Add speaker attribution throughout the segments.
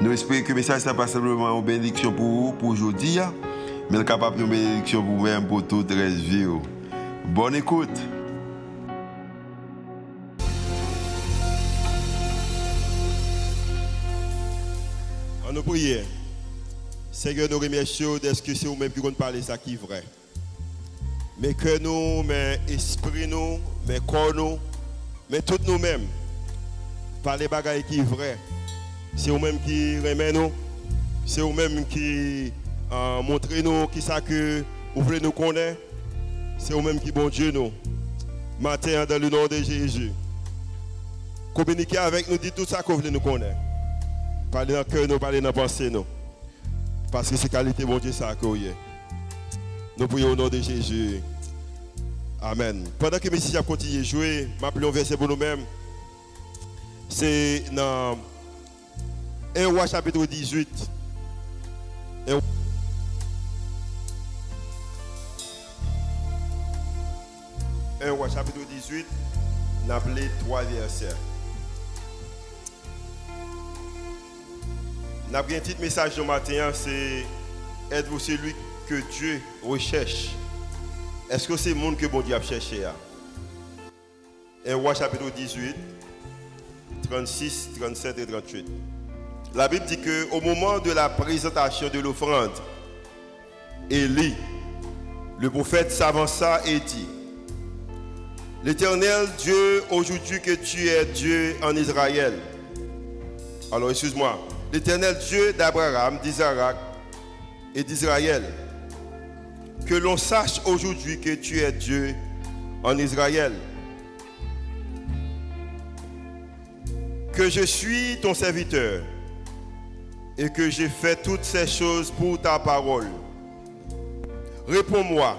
Speaker 1: Nous espérons que le message n'est pas simplement une bénédiction pour vous, pour aujourd'hui, hein. mais capable une bénédiction pour vous-même, pour toute la vie. oh. Bonne écoute!
Speaker 2: En nos prières, Seigneur, nous remercions de ce que c'est vous-même qui nous parler ça qui est vrai. Mais que nous, mais esprit nous, mais corps nous, mais tout nous-mêmes, par les bagailles qui est vrai. C'est vous-même qui remet nous, c'est vous-même qui euh, montrez nous qui ça que vous voulez nous connaître, c'est vous-même qui bon Dieu nous. Matin, dans le nom de Jésus, communiquez avec nous, dites tout ça que vous voulez nous connaître. Parlez dans le cœur, nous parlez dans la pensée, nous. Parce que c'est qualité, bon Dieu, ça accueille. Nous prions au nom de Jésus. Amen. Pendant que Messie a continué de jouer, ma un verset pour nous-mêmes. C'est dans 1 roi chapitre 18. Un- Un roi chapitre 18, nous appelons trois versets. N'a bien titre message de matin, c'est êtes-vous celui que Dieu recherche Est-ce que c'est le monde que bon Dieu a cherché à? Un roi chapitre 18, 36, 37 et 38. La Bible dit que au moment de la présentation de l'offrande, Élie, le prophète s'avança et dit L'Éternel Dieu, aujourd'hui que tu es Dieu en Israël, alors, excuse-moi. L'éternel Dieu d'Abraham, d'Isaac et d'Israël. Que l'on sache aujourd'hui que tu es Dieu en Israël. Que je suis ton serviteur et que j'ai fait toutes ces choses pour ta parole. Réponds-moi,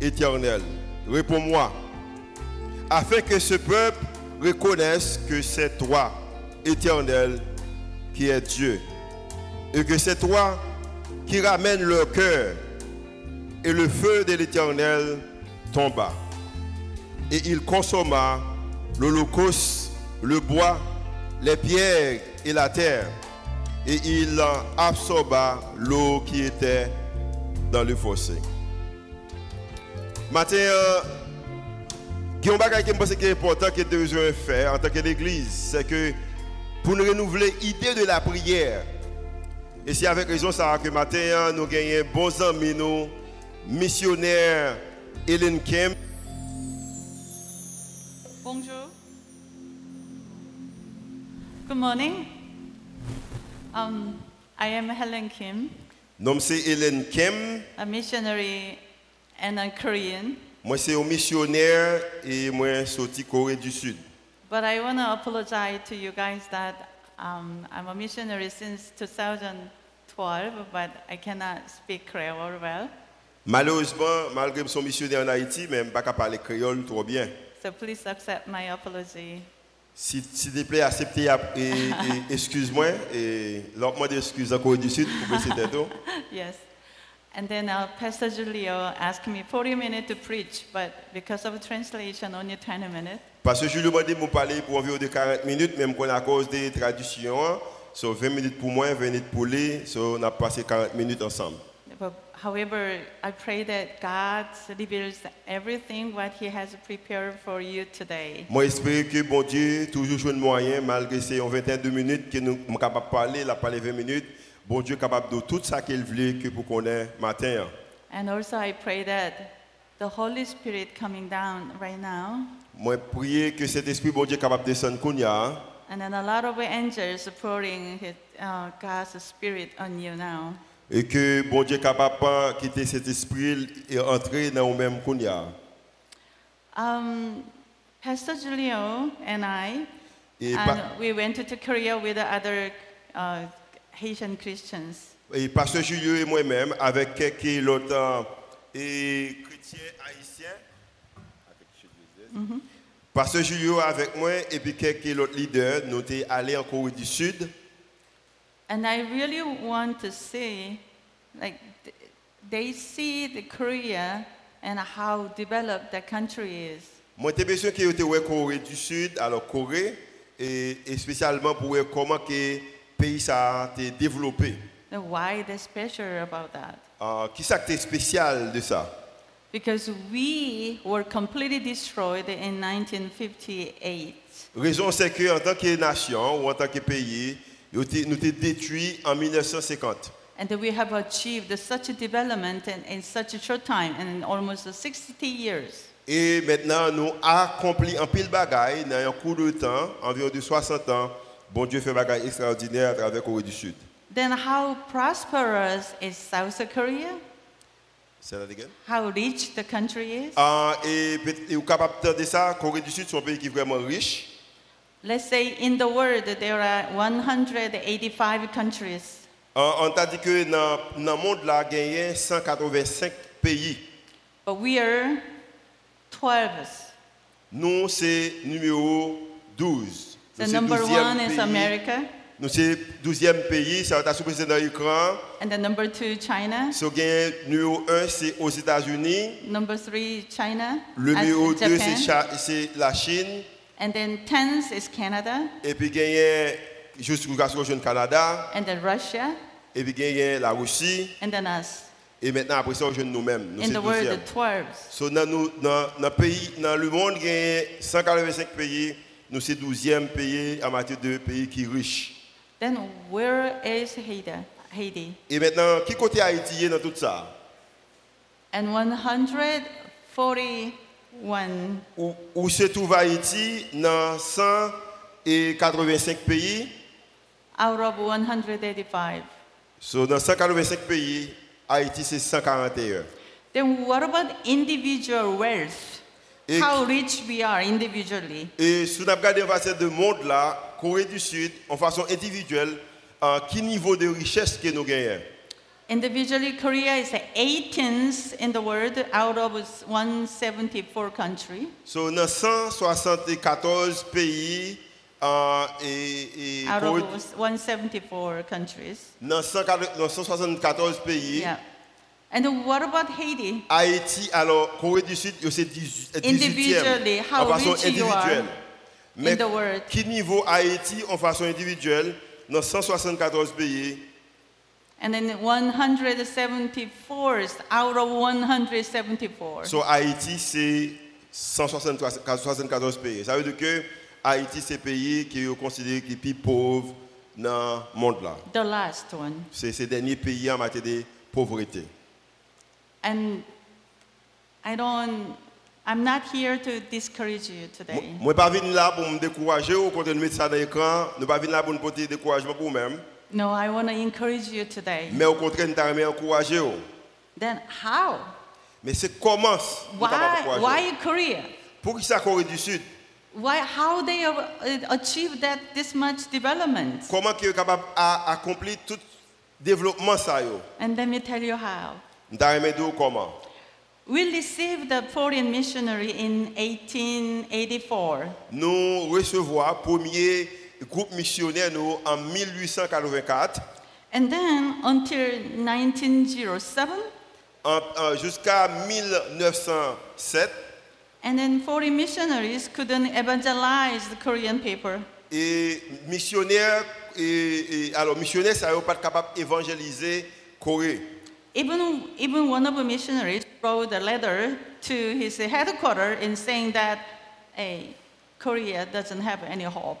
Speaker 2: éternel, réponds-moi, afin que ce peuple reconnaisse que c'est toi, éternel, qui est Dieu. Et que c'est toi qui ramène leur cœur. Et le feu de l'Éternel tomba. Et il consoma l'holocauste, le bois, les pierres et la terre. Et il en absorba l'eau qui était dans le fossé. Matin, euh, qui ont bagay qui me pense qui est important que nous devons faire en tant que l'église, c'est que pour nous renouveler l'idée de la prière. Et c'est avec raison ça que matin hein, nous gagnons bons amis nous missionnaire Helen Kemp
Speaker 3: Bonjour. Good morning. Um, I am Helen Kim,
Speaker 2: Nom c'est Helen Kemp,
Speaker 3: a missionary and a Korean,
Speaker 2: moi c'est un missionnaire et moi sorti Corée du Sud.
Speaker 3: but I want to apologize to you guys that um, I'm a missionary since 2012, but I cannot speak Creole well.
Speaker 2: Malheureusement, malgré que son missionnaire en Haïti, mais je ne peux pas parler créole trop bien.
Speaker 3: So please accept my apology.
Speaker 2: Si- S'il te plaît, acceptez et, et- excuse-moi et l'autre d'excuses en Corée du Sud pour que c'était tout.
Speaker 3: yes. And then uh, Pastor Julio asked me 40 minutes to preach, but because of translation, only 20 minutes.
Speaker 2: Parce que je lui ai demandé de me parler pour environ de 40 minutes, même qu'on a à cause des traductions, sur 20 minutes pour moi, 20 minutes pour lui, so on a passé 40 minutes ensemble.
Speaker 3: But however, I pray that God reveals everything what He has prepared for you today.
Speaker 2: Moi, j'espère que bon Dieu, toujours joue le moyen, malgré ces 22 minutes que nous sommes capables de parler, la parler 20 minutes, bon Dieu est capable de tout ça qu'il veut que pour qu'on ait matin. hein.
Speaker 3: And also, I pray that the Holy Spirit coming down right now,
Speaker 2: Moi, prier que cet esprit, bon Dieu, est capable de descendre qu'on y a, hein.
Speaker 3: and then a lot of angels pouring his, uh, God's Spirit on you now.
Speaker 2: et que bon Dieu est capable de quitter cet esprit et entrer dans nous-mêmes qu'on y a.
Speaker 3: Um, Pastor Julio and I,
Speaker 2: Et
Speaker 3: and
Speaker 2: pa-
Speaker 3: we went to Korea with the other uh, Haitian Christians.
Speaker 2: et Pasteur Julio et moi-même, avec quelques autres euh, et chrétiens haïtiens, avec Jules Mézès. Pasteur Julio avec moi et puis quelques autres leaders, nous sommes allés en Corée du Sud.
Speaker 3: And I really want to see, like, th- they see the Korea and how developed the country is.
Speaker 2: Moi, j'ai besoin que vous en Corée du Sud, alors Corée, et, et spécialement pour voir comment que le pays ça a été développé.
Speaker 3: And why they're special about that?
Speaker 2: Euh, qui ça qui est spécial de ça?
Speaker 3: Because we were completely destroyed in 1958.
Speaker 2: Raison, c'est que en tant que nation ou en tant que pays, nous sommes détruits en 1950.
Speaker 3: And we have achieved such a development in, in such a short time, and in almost 60 years.
Speaker 2: Et maintenant, nous accompli un pile bagaille dans un cours de temps, environ de 60 ans. Bon Dieu fait bagaille extraordinaire à travers Corée du Sud.
Speaker 3: Then, how prosperous is South Korea?
Speaker 2: C'est la dégaine.
Speaker 3: How rich the country is?
Speaker 2: Ah, et peut- et vous capable de ça, Corée du Sud, c'est un pays qui est vraiment riche.
Speaker 3: Let's say in the world there are 185 countries,
Speaker 2: Ah, on t'a dit que dans dans le monde, là, il y a 185 pays.
Speaker 3: but we are 12.
Speaker 2: Nous, c'est numéro 12.
Speaker 3: The
Speaker 2: Nous, c'est
Speaker 3: number
Speaker 2: 12e
Speaker 3: one is
Speaker 2: pays.
Speaker 3: America,
Speaker 2: Nous, c'est 12e pays. Ça va être sous dans l'écran.
Speaker 3: and the number two China,
Speaker 2: Ce gain numéro 1, c'est aux États-Unis.
Speaker 3: number three China,
Speaker 2: Le
Speaker 3: and
Speaker 2: numéro 2, c'est
Speaker 3: Japan,
Speaker 2: Cha- c'est la Chine.
Speaker 3: and then tenth is Canada,
Speaker 2: Et puis, il y a juste pour le Canada.
Speaker 3: and then Russia,
Speaker 2: Et puis, il y a la Russie.
Speaker 3: and then us.
Speaker 2: Et maintenant, après ça, on joue nous-mêmes. Nous,
Speaker 3: in
Speaker 2: c'est
Speaker 3: the world,
Speaker 2: 12e.
Speaker 3: the 12.
Speaker 2: So, dans, nous- dans- dans pays, dans le monde, il y a 185 pays. Nous, c'est 12e pays en matière de pays qui est riche.
Speaker 3: Then where is Haiti? Haiti?
Speaker 2: Et maintenant, qui côté Haïti est dans tout ça
Speaker 3: And 141
Speaker 2: où, où se trouve Haïti dans 185 pays
Speaker 3: out of 185.
Speaker 2: So, Dans 185 pays, Haïti, c'est 141.
Speaker 3: Then what about individual wealth?
Speaker 2: Et-
Speaker 3: How rich we are individually.
Speaker 2: Et si nous regardons en façon de monde là, Corée du Sud, en façon individuelle, à quel niveau de richesse que nous gagnons
Speaker 3: Individually, Korea is the 18th in the world out of 174 country.
Speaker 2: So, dans 174 pays, euh, et, et
Speaker 3: Out
Speaker 2: Corée-
Speaker 3: of 174 countries.
Speaker 2: dans 140 dans 174 pays,
Speaker 3: Yeah. And what about Haiti?
Speaker 2: Haïti, alors Corée du Sud, yo, c'est 18
Speaker 3: Individually,
Speaker 2: 18e, en
Speaker 3: how
Speaker 2: façon
Speaker 3: rich you are
Speaker 2: individuelle. Mais
Speaker 3: the world.
Speaker 2: quel niveau Haïti en façon individuelle dans 174 pays
Speaker 3: And then 174th out of 174.
Speaker 2: So Haïti, c'est 174 pays. Ça veut dire que Haïti, c'est un pays qui est considéré qui est le plus pauvre dans le monde. là.
Speaker 3: the last one.
Speaker 2: C'est le dernier pays en matière de pauvreté.
Speaker 3: And I don't, I'm not here to discourage you
Speaker 2: Moi,
Speaker 3: today.
Speaker 2: je ne pas venir là pour me décourager, au contraire, de mettre ça dans l'écran. Je ne pas venir là pour nous porter découragement pour nous-mêmes.
Speaker 3: No, I want to encourage you today.
Speaker 2: Mais au contraire, nous t'arrêter encourager.
Speaker 3: Then how?
Speaker 2: Mais c'est comment nous
Speaker 3: Why?
Speaker 2: t'arrêter encourager.
Speaker 3: Why Korea?
Speaker 2: Pour qui ça, Corée du Sud
Speaker 3: Why? How they have, uh, achieved that this much development?
Speaker 2: Comment ils sont capables d'accomplir tout développement ça yo?
Speaker 3: And let me tell you how.
Speaker 2: Nous t'arrêter comment
Speaker 3: We received a foreign missionary in 1884.
Speaker 2: Nous recevons premier groupe missionnaire nous, en 1884
Speaker 3: And then until 1907,
Speaker 2: en- en- jusqu'à 1907
Speaker 3: and then foreign missionaries couldn't evangelize the Korean people.
Speaker 2: et missionnaire et, et- alors missionnaire ça n'est pas capable d'évangéliser Corée.
Speaker 3: Even, even one of the missionaries wrote a letter to his headquarters in saying that hey, Korea doesn't have any hope.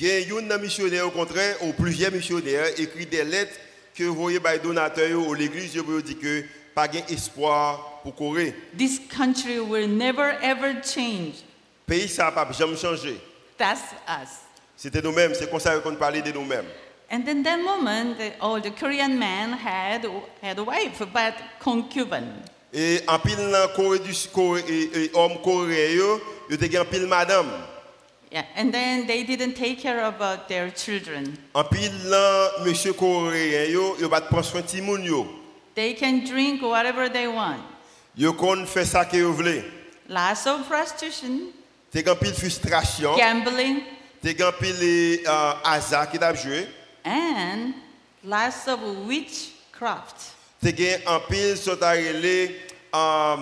Speaker 2: Il y a un missionnaire au contraire ou plusieurs missionnaires écrit des lettres que vous voyez par les donateurs yo, ou l'église yo, pour dire que pas d'espoir pour Corée.
Speaker 3: This country will never ever change.
Speaker 2: Pays ça n'a pas jamais changé.
Speaker 3: That's us.
Speaker 2: C'était nous-mêmes, c'est comme ça qu'on parlait de nous-mêmes.
Speaker 3: And then that moment, the, all the Korean man had, had a wife, but concubine.
Speaker 2: Et en pile dans Corée du Corée- et, et homme coréen, yo, yo te gen pile madame.
Speaker 3: Yeah, and then they didn't take care about their children.
Speaker 2: En pile là, monsieur coréen yo, yo pas prendre soin ti moun yo.
Speaker 3: They can drink whatever they want.
Speaker 2: Yo kon fait ça que yo vle.
Speaker 3: Lots of prostitution,
Speaker 2: T'es grand pile frustration,
Speaker 3: gambling,
Speaker 2: t'es grand pile euh, hasard qui t'a joué,
Speaker 3: and lots of witchcraft.
Speaker 2: t'es gain en pile sont arrêlé euh,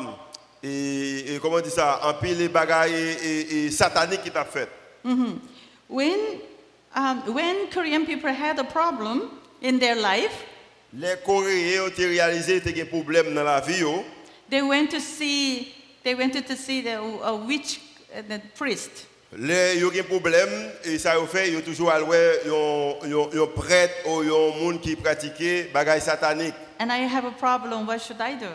Speaker 2: et, et comment on dit ça, en pile les bagailles et, et, et satanique qui t'a fait.
Speaker 3: When, um, when Korean people had a problem in their life,
Speaker 2: Les Coréens ont réalisé t'es gain problème dans la vie yo.
Speaker 3: they went to see they went to see the, a witch uh, the priest.
Speaker 2: Les yo gain problème et ça yo fait yo toujours alloué yo yo yo prêtre ou yo monde qui pratiquait bagaille satanique.
Speaker 3: And I have a problem. What should I do?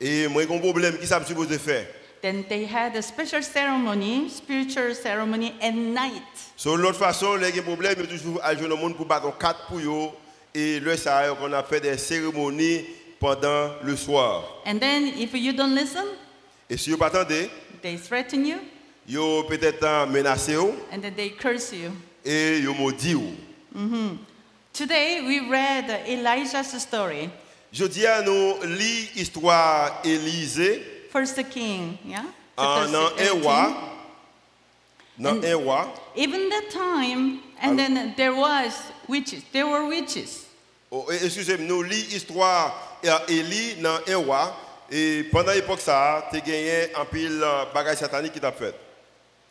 Speaker 2: Et moi j'ai un problème qui ça me supposé faire.
Speaker 3: Then they had a special ceremony, spiritual ceremony at night.
Speaker 2: Sur l'autre façon, les gens problème, ils toujours à jouer le monde pour battre quatre pour eux. Et le ça, on a fait des cérémonies pendant le soir.
Speaker 3: And then if you don't listen,
Speaker 2: Et si vous pas attendez,
Speaker 3: they threaten you
Speaker 2: ils ont peut-être hein, menacé vous
Speaker 3: and then they curse you.
Speaker 2: et ils ont maudit vous.
Speaker 3: Today we read Elijah's story,
Speaker 2: Je dis à nous, lis l'histoire Élisée
Speaker 3: First King, yeah?
Speaker 2: en-
Speaker 3: Chapter
Speaker 2: dans un
Speaker 3: 18.
Speaker 2: roi. Dans un roi,
Speaker 3: Even that time, and
Speaker 2: Allô?
Speaker 3: then there was witches. There were witches.
Speaker 2: oh, eh, excusez-moi, nous lis l'histoire euh, Élie dans un roi. Et pendant l'époque, ça, tu as gagné un pile de bagages sataniques qui t'a fait.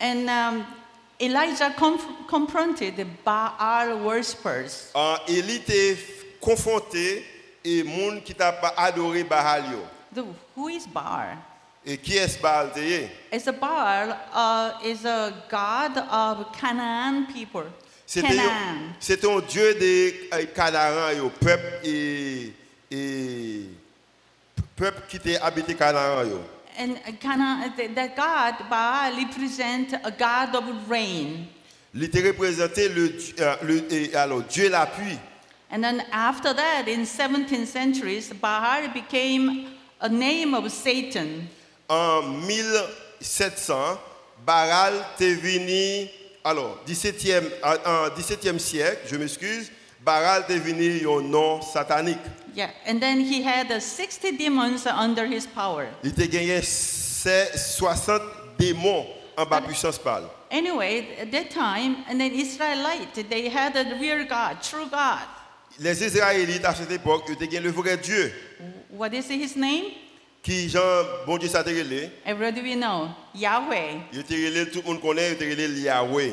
Speaker 3: And um, Elijah conf- confronted the Baal worshippers.
Speaker 2: En Ah, Élie était confronté et monde qui t'a pas adoré Baal yo.
Speaker 3: The, who is Baal?
Speaker 2: Et qui est Baal te ye?
Speaker 3: It's a Baal uh, is a god of Canaan people.
Speaker 2: C'était
Speaker 3: Canaan.
Speaker 2: c'était un dieu des euh, Canarans yo, peuple et et peuple qui était habité Canaan yo.
Speaker 3: And Canaan, th- that god Baal represents a god of rain.
Speaker 2: Il était représenté le, di- euh, le et alors Dieu l'appui.
Speaker 3: And then after that, in 17th centuries, Baal became a name of Satan.
Speaker 2: En 1700, Baral t'est venu, alors 17e, en en 17e siècle, je m'excuse, Baral t'est venu un nom satanique.
Speaker 3: Yeah. And then he had uh, 60 demons under his power.
Speaker 2: Il t'a gagné se- 60 démons en bas puissance parle.
Speaker 3: Anyway, at that time, and then Israelite, they had a real God, true God.
Speaker 2: Les Israélites à cette époque, ils ont le vrai Dieu
Speaker 3: What is his name?
Speaker 2: qui Jean bon Dieu s'attérélé.
Speaker 3: Everybody we know, Yahweh.
Speaker 2: Il était relé, tout le monde connaît, il était relé Yahweh.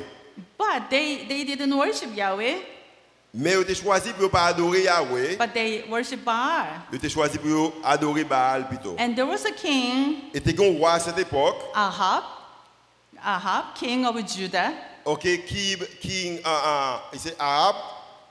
Speaker 3: But they, they didn't worship Yahweh,
Speaker 2: Mais ils ont choisi pour ne pas adorer Yahweh.
Speaker 3: but they worship Baal.
Speaker 2: Ils ont choisi pour adorer Baal plutôt.
Speaker 3: And there was a king,
Speaker 2: Et était un roi à cette époque,
Speaker 3: Ahab, Ahab, king of Judah.
Speaker 2: OK, qui qui ah, ah, c'est arabe.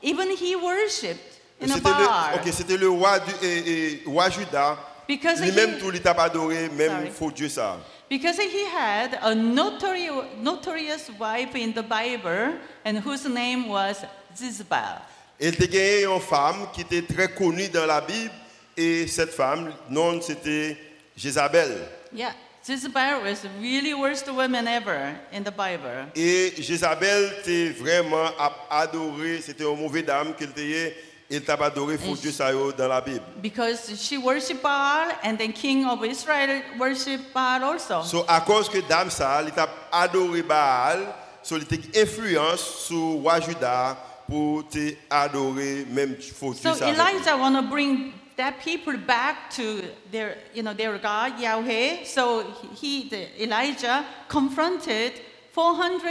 Speaker 3: Even he worshipped in a
Speaker 2: C'était le,
Speaker 3: Baal.
Speaker 2: OK, c'était le roi du et, et, roi Judas.
Speaker 3: Because
Speaker 2: Lui-même
Speaker 3: he-
Speaker 2: tout il t'a pas adoré
Speaker 3: Sorry.
Speaker 2: même faux Dieu ça.
Speaker 3: Because he had a notori- notorious wife in the Bible, and whose name was Jezebel.
Speaker 2: Il te gagné une femme qui était très connue dans la Bible et cette femme, non, c'était Jézabel.
Speaker 3: Yeah, Jezebel was really worst woman ever in the Bible.
Speaker 2: Et Jézabel était vraiment a- adorée, c'était une mauvaise dame qu'il était, il t'a pas adoré faux Dieu ça yo dans la Bible.
Speaker 3: Because she worshipped Baal, and then king of Israel worshipped Baal also.
Speaker 2: So, à cause que dame ça, il t'a adoré Baal, so, il était influence sur roi Juda pour te adorer même faux Dieu
Speaker 3: So
Speaker 2: ça. avec lui.
Speaker 3: Elijah want to bring that people back to their, you know, their God Yahweh. So he, the Elijah, confronted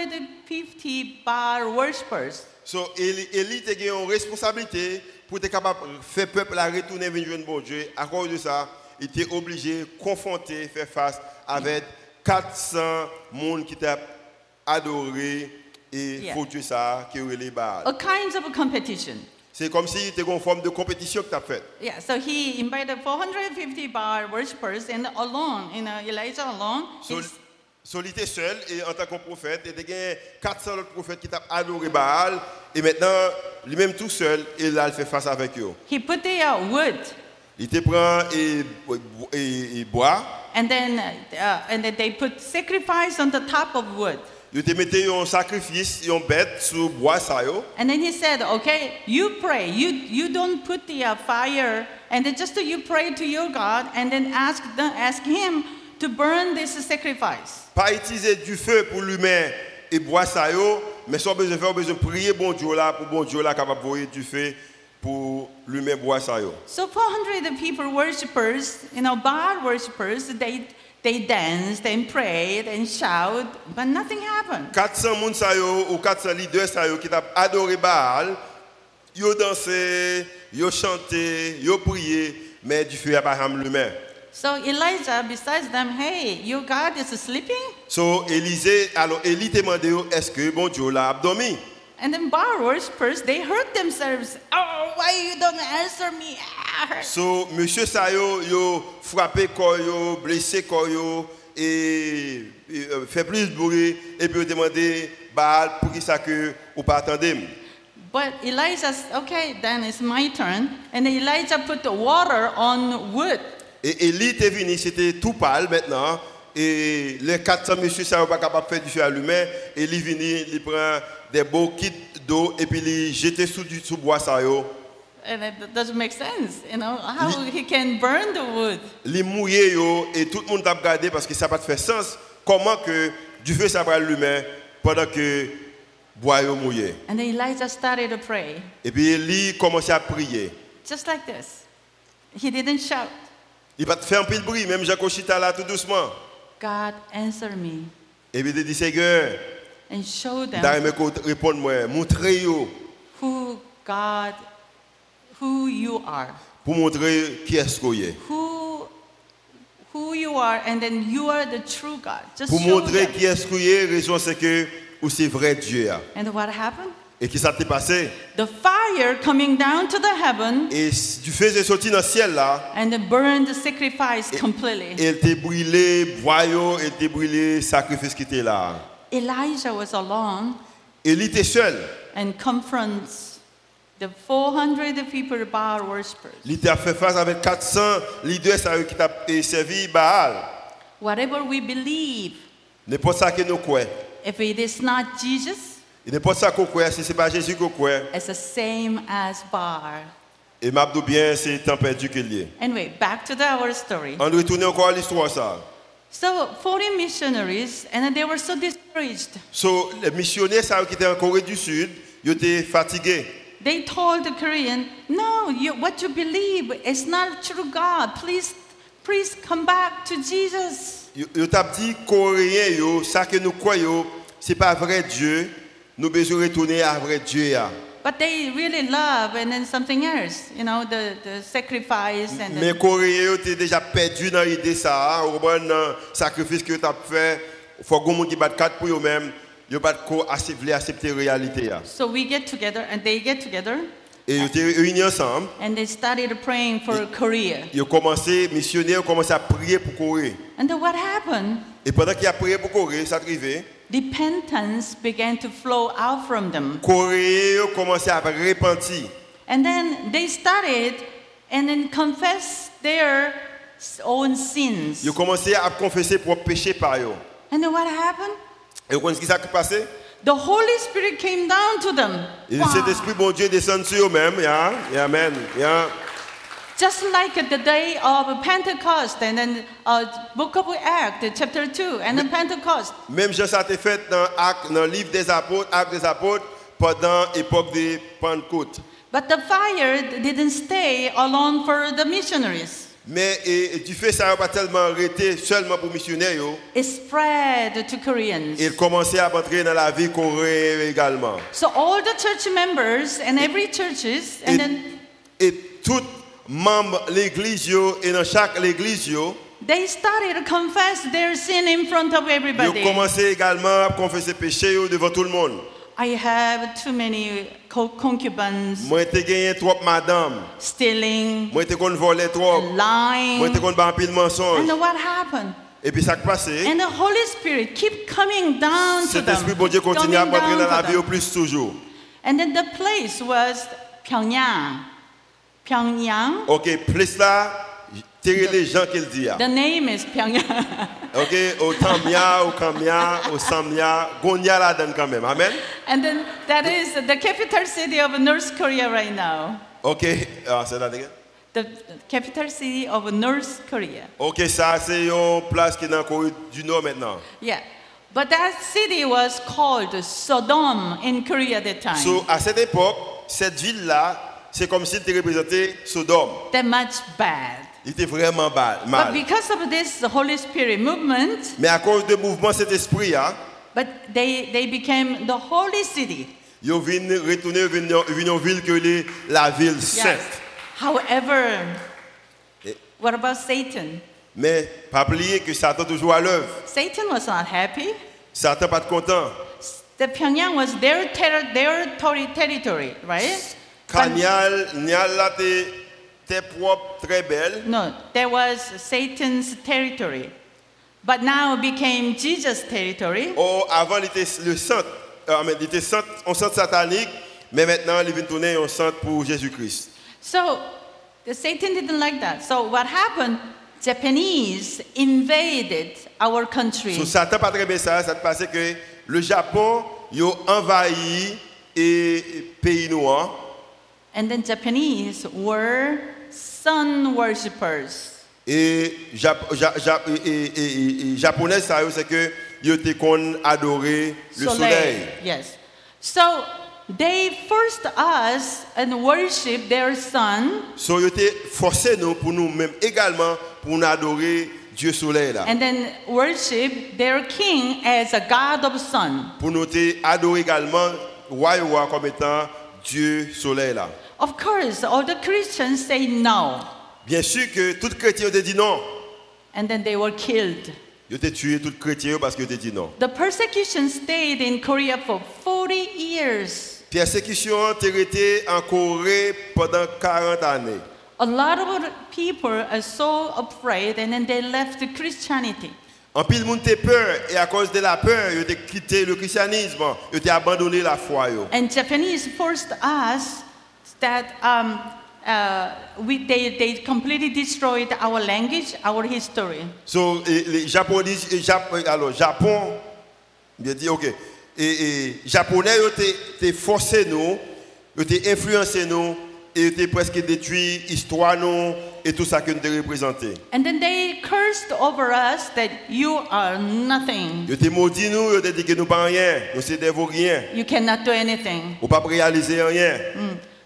Speaker 3: 450 Baal worshippers.
Speaker 2: So, Eli, Eli te gen une responsabilité pour être capable de faire peuple la retourner vers le bon Dieu. À cause de ça, il était obligé de confronter, faire face avec 400 monde qui t'a adoré et
Speaker 3: Yeah.
Speaker 2: faux Dieu ça, qui aurait les
Speaker 3: A
Speaker 2: balles.
Speaker 3: kind of a competition.
Speaker 2: C'est comme si c'était une forme de compétition que tu as faite.
Speaker 3: Yeah, so he invited 450 Baal worshippers, and alone, you know, Elijah alone,
Speaker 2: So,
Speaker 3: he's-
Speaker 2: so, il était seul et en tant que prophète, il y a 400 autres prophètes qui t'a adoré Baal et maintenant, lui-même tout seul, il a fait face avec eux.
Speaker 3: he put there wood,
Speaker 2: Il te prend et, et, et bois.
Speaker 3: uh, and then, uh, and then they put sacrifice on the top of wood.
Speaker 2: Yo te mette yon sakrifis, yon bet sou bois sa yo.
Speaker 3: And then he said, okay, you pray. You, you don't put the uh, fire, and then just uh, you pray to your God, and then ask, the, ask him to burn this sacrifice.
Speaker 2: Pa itize du fe pou lume e bois sa yo, men son bezon fe, ou bezon priye bon Diyo la pou bon Diyo la kapap voye du fe pou lume bois sa yo.
Speaker 3: So 400 people, worshippers, you know, Baal worshippers, they, they danced and prayed and shouted, but nothing happened.
Speaker 2: 400 moun sa yo, ou 400 lider sa yo ki tap adore Baal, yo danse, yo chante, yo priye, men du fe apaham lume.
Speaker 3: So Elijah, besides them, hey, your God is sleeping?
Speaker 2: So, Elize, alo, Eli temande yo, eske bon Diyo la abdomi?
Speaker 3: And then Baal worshippers, they hurt themselves. Oh, why you don't answer me? Ah, I hurt.
Speaker 2: So, monsieur sa yo, yo frape kon yo, blese kon yo, e, e euh, fe plis bourre, e pi yo demande Baal pou ki sa ke ou pa atendem.
Speaker 3: But Elijah, s- okay, then it's my turn. And Elijah put the water on wood.
Speaker 2: E Eli te vini, se te tou pal maintenant, e le 400 monsieur sa yo pa kapap fe du fe alumen, Eli vini, li pren de bo kit do, e pi li jete sou, du- sou bois sa yo,
Speaker 3: And it doesn't make sense, you know, how he can burn the wood.
Speaker 2: li mouye yo et tout le monde t'a regardé parce que ça va te faire sens comment que du feu ça va l'humain pendant que bois yo mouillé
Speaker 3: And then Elijah started to pray,
Speaker 2: et puis Eli commençait à prier
Speaker 3: just like this. He didn't shout,
Speaker 2: il va te faire un peu de bruit même Jacques Chita là tout doucement
Speaker 3: God, answer me.
Speaker 2: et puis il dit Seigneur
Speaker 3: And show them
Speaker 2: d'ailleurs répondre moi montrez yo
Speaker 3: who God, who you are.
Speaker 2: pour montrer qui est-ce que est
Speaker 3: who who you are and then you are the true God. Just
Speaker 2: pour
Speaker 3: show
Speaker 2: montrer
Speaker 3: them.
Speaker 2: qui est-ce que est raison c'est que ou c'est vrai Dieu a.
Speaker 3: And what happened?
Speaker 2: et qui ça t'est passé
Speaker 3: The fire coming down to the heaven
Speaker 2: et du feu est sorti dans le ciel là
Speaker 3: and it burned the sacrifice completely.
Speaker 2: elle t'est brûlé boyau elle t'est brûlé sacrifice qui était là
Speaker 3: Elijah was alone
Speaker 2: Élie était seul.
Speaker 3: and confronts the 400 people Baal worshippers.
Speaker 2: Il a fait face avec 400 leaders ça, eux, qui t'a et servi Baal.
Speaker 3: Whatever we believe,
Speaker 2: N'importe ça que nous croyons.
Speaker 3: if it is not Jesus,
Speaker 2: Et N'importe ça qu'on croit, si ce n'est pas Jésus qu'on croit.
Speaker 3: it's the same as Baal.
Speaker 2: Et m'abdou bien, c'est temps perdu qu'il y a.
Speaker 3: Anyway, back to the, our story.
Speaker 2: On retourne encore à l'histoire ça.
Speaker 3: So 40 missionaries, and they were so discouraged.
Speaker 2: So, les missionnaires ça, eux, qui étaient en Corée du Sud, ils étaient fatigués.
Speaker 3: They told the Korean, no, you, what you believe is not true God. Please, please come back to Jesus.
Speaker 2: Ils ils t'ont dit, Coréens, yo, ça que nous croyons, ce n'est pas vrai Dieu. Nous besoin retourner à vrai Dieu. là.
Speaker 3: But they really love and then something else, you know, the, the sacrifice and
Speaker 2: Mais
Speaker 3: the,
Speaker 2: les Coréens étaient déjà perdus dans l'idée ça, hein, au moins dans le sacrifice que tu as fait. Il faut que les gens qui battent quatre pour eux-mêmes, ils ne accepter, accepter la réalité. là.
Speaker 3: so we get together and they get together
Speaker 2: Et ils étaient réunis ensemble.
Speaker 3: and they started praying for Korea.
Speaker 2: Ils ont commencé, les missionnaires ont commencé à prier pour Corée.
Speaker 3: And then what happened?
Speaker 2: Et pendant qu'ils ont prié pour Corée, ça arrivé.
Speaker 3: Repentance began to flow out from them.
Speaker 2: Les Coréens ont commencé à repentir.
Speaker 3: And then they started and then confess their own sins.
Speaker 2: Ils ont commencé à confesser pour péché par eux.
Speaker 3: And then what happened?
Speaker 2: Et vous comprenez ce qui s'est passé?
Speaker 3: The Holy Spirit came down to them.
Speaker 2: Et
Speaker 3: Wow.
Speaker 2: cet esprit bon Dieu descend sur eux-mêmes. yeah, yeah, Amen. yeah.
Speaker 3: Just like the day of Pentecost and then uh, Book of Acts, chapter 2, and then Pentecost.
Speaker 2: Même chose ça a été fait dans, Actes- dans le livre des apôtres, Actes des apôtres, pendant l'époque de Pentecôte.
Speaker 3: But the fire didn't stay alone for the missionaries.
Speaker 2: Mais et, et du fait, ça n'a pas tellement arrêté seulement pour les missionnaires. yo.
Speaker 3: It spread to Koreans.
Speaker 2: Il commençait à entrer dans la vie coréenne également.
Speaker 3: so all the church members and every churches and
Speaker 2: Et,
Speaker 3: then
Speaker 2: et tout membre de l'église, yo, et dans chaque église, yo,
Speaker 3: they started to confess their sin in front of
Speaker 2: ils
Speaker 3: everybody.
Speaker 2: ont commencé également à confesser péché yo, devant tout le monde.
Speaker 3: I have too many co- concubines,
Speaker 2: Moi, j'ai gagné trop madame.
Speaker 3: stealing,
Speaker 2: Moi, j'ai volé trop. Moi,
Speaker 3: lying.
Speaker 2: j'ai pas pile mensonge.
Speaker 3: And what happened?
Speaker 2: Et puis, ça qui passé.
Speaker 3: And the Holy Spirit keep coming down to
Speaker 2: Cet
Speaker 3: them.
Speaker 2: esprit bon Dieu continue à
Speaker 3: coming
Speaker 2: rentrer dans la
Speaker 3: down
Speaker 2: vie
Speaker 3: to
Speaker 2: au
Speaker 3: them.
Speaker 2: plus toujours.
Speaker 3: And then the place was Pyongyang. Pyongyang.
Speaker 2: Ok, plus là, Tirez les gens qu'il dit. là.
Speaker 3: The name is Pyongyang.
Speaker 2: Ok, au Tamia, au Kamia, au Samia, Gonya la donne quand même. Amen.
Speaker 3: and then that is the capital city of North Korea right now.
Speaker 2: Ok, ah, c'est là, les gars.
Speaker 3: The the capital city of North Korea.
Speaker 2: Ok, ça c'est une place qui est dans la Corée du Nord maintenant.
Speaker 3: Yeah. But that city was called Sodom in Korea at that time.
Speaker 2: So, à cette époque, cette ville-là, c'est comme s'il était représenté Sodome.
Speaker 3: that much bad.
Speaker 2: Il était vraiment ba-
Speaker 3: But
Speaker 2: mal.
Speaker 3: because of this Holy Spirit movement,
Speaker 2: Mais à cause du mouvement cet esprit, hein,
Speaker 3: but they, they became the holy city.
Speaker 2: ils viennent retourner vers une ville que les- la ville sainte.
Speaker 3: However,
Speaker 2: Eh.
Speaker 3: what about Satan?
Speaker 2: Mais pas oublier que Satan toujours à l'œuvre.
Speaker 3: Satan was not happy.
Speaker 2: Satan pas de content.
Speaker 3: The Pyongyang was their, ter- their terri- territory, right?
Speaker 2: Quand
Speaker 3: But-
Speaker 2: Nial, Nial là, t'es t'es propre, très belle.
Speaker 3: no, there was Satan's territory. But now became Jesus' territory.
Speaker 2: Oh, avant, il était le centre, euh, mais il était centre, un centre satanique, mais maintenant, il vient tourner un centre pour Jésus-Christ.
Speaker 3: So the Satan didn't like that. So what happened? Japanese invaded our country.
Speaker 2: Sous Satan, pas très bien ça, ça te passait que le Japon, ils ont envahi et pays noirs.
Speaker 3: And then Japanese were sun worshippers.
Speaker 2: Et, Jap- Ja- Ja- et, et- et- et japonais, ça, c'est que ils étaient qu'on adorer le soleil.
Speaker 3: Yes. So they forced us and worship their sun,
Speaker 2: So, ils étaient forcés, nous, pour nous-mêmes également, pour nous adorer Dieu soleil, là.
Speaker 3: and then worship their king as a god of sun.
Speaker 2: pour nous t'es adorer également roi et roi comme étant Dieu soleil là.
Speaker 3: Of course, all the Christians say no,
Speaker 2: Bien sûr que tout chrétien te dit non.
Speaker 3: and then they were killed.
Speaker 2: Ils ont tué tout chrétien parce qu'ils ont dit non.
Speaker 3: The persecution stayed in Korea for 40 years.
Speaker 2: Persécution a été en Corée pendant 40 années.
Speaker 3: A lot of people are so afraid, and then they left Christianity.
Speaker 2: En pile monde t'es peur et à cause de la peur, ils ont quitté le christianisme, ils ont abandonné la foi yo.
Speaker 3: And Japanese forced us that um, uh, we, they, they completely destroyed our language, our history.
Speaker 2: So, et les japonais et Jap- euh, alors Japon bien dit OK. Et, et japonais ils ont été- été forcé nous, ils ont été influencé nous et ils ont été presque détruit histoire nous et tout ça que nous représenter.
Speaker 3: And then they cursed over us that you are nothing.
Speaker 2: Ils ont été maudit nous, ils ont dit que nous pas rien, nous c'est des rien,
Speaker 3: You cannot do anything.
Speaker 2: ou pas réaliser rien.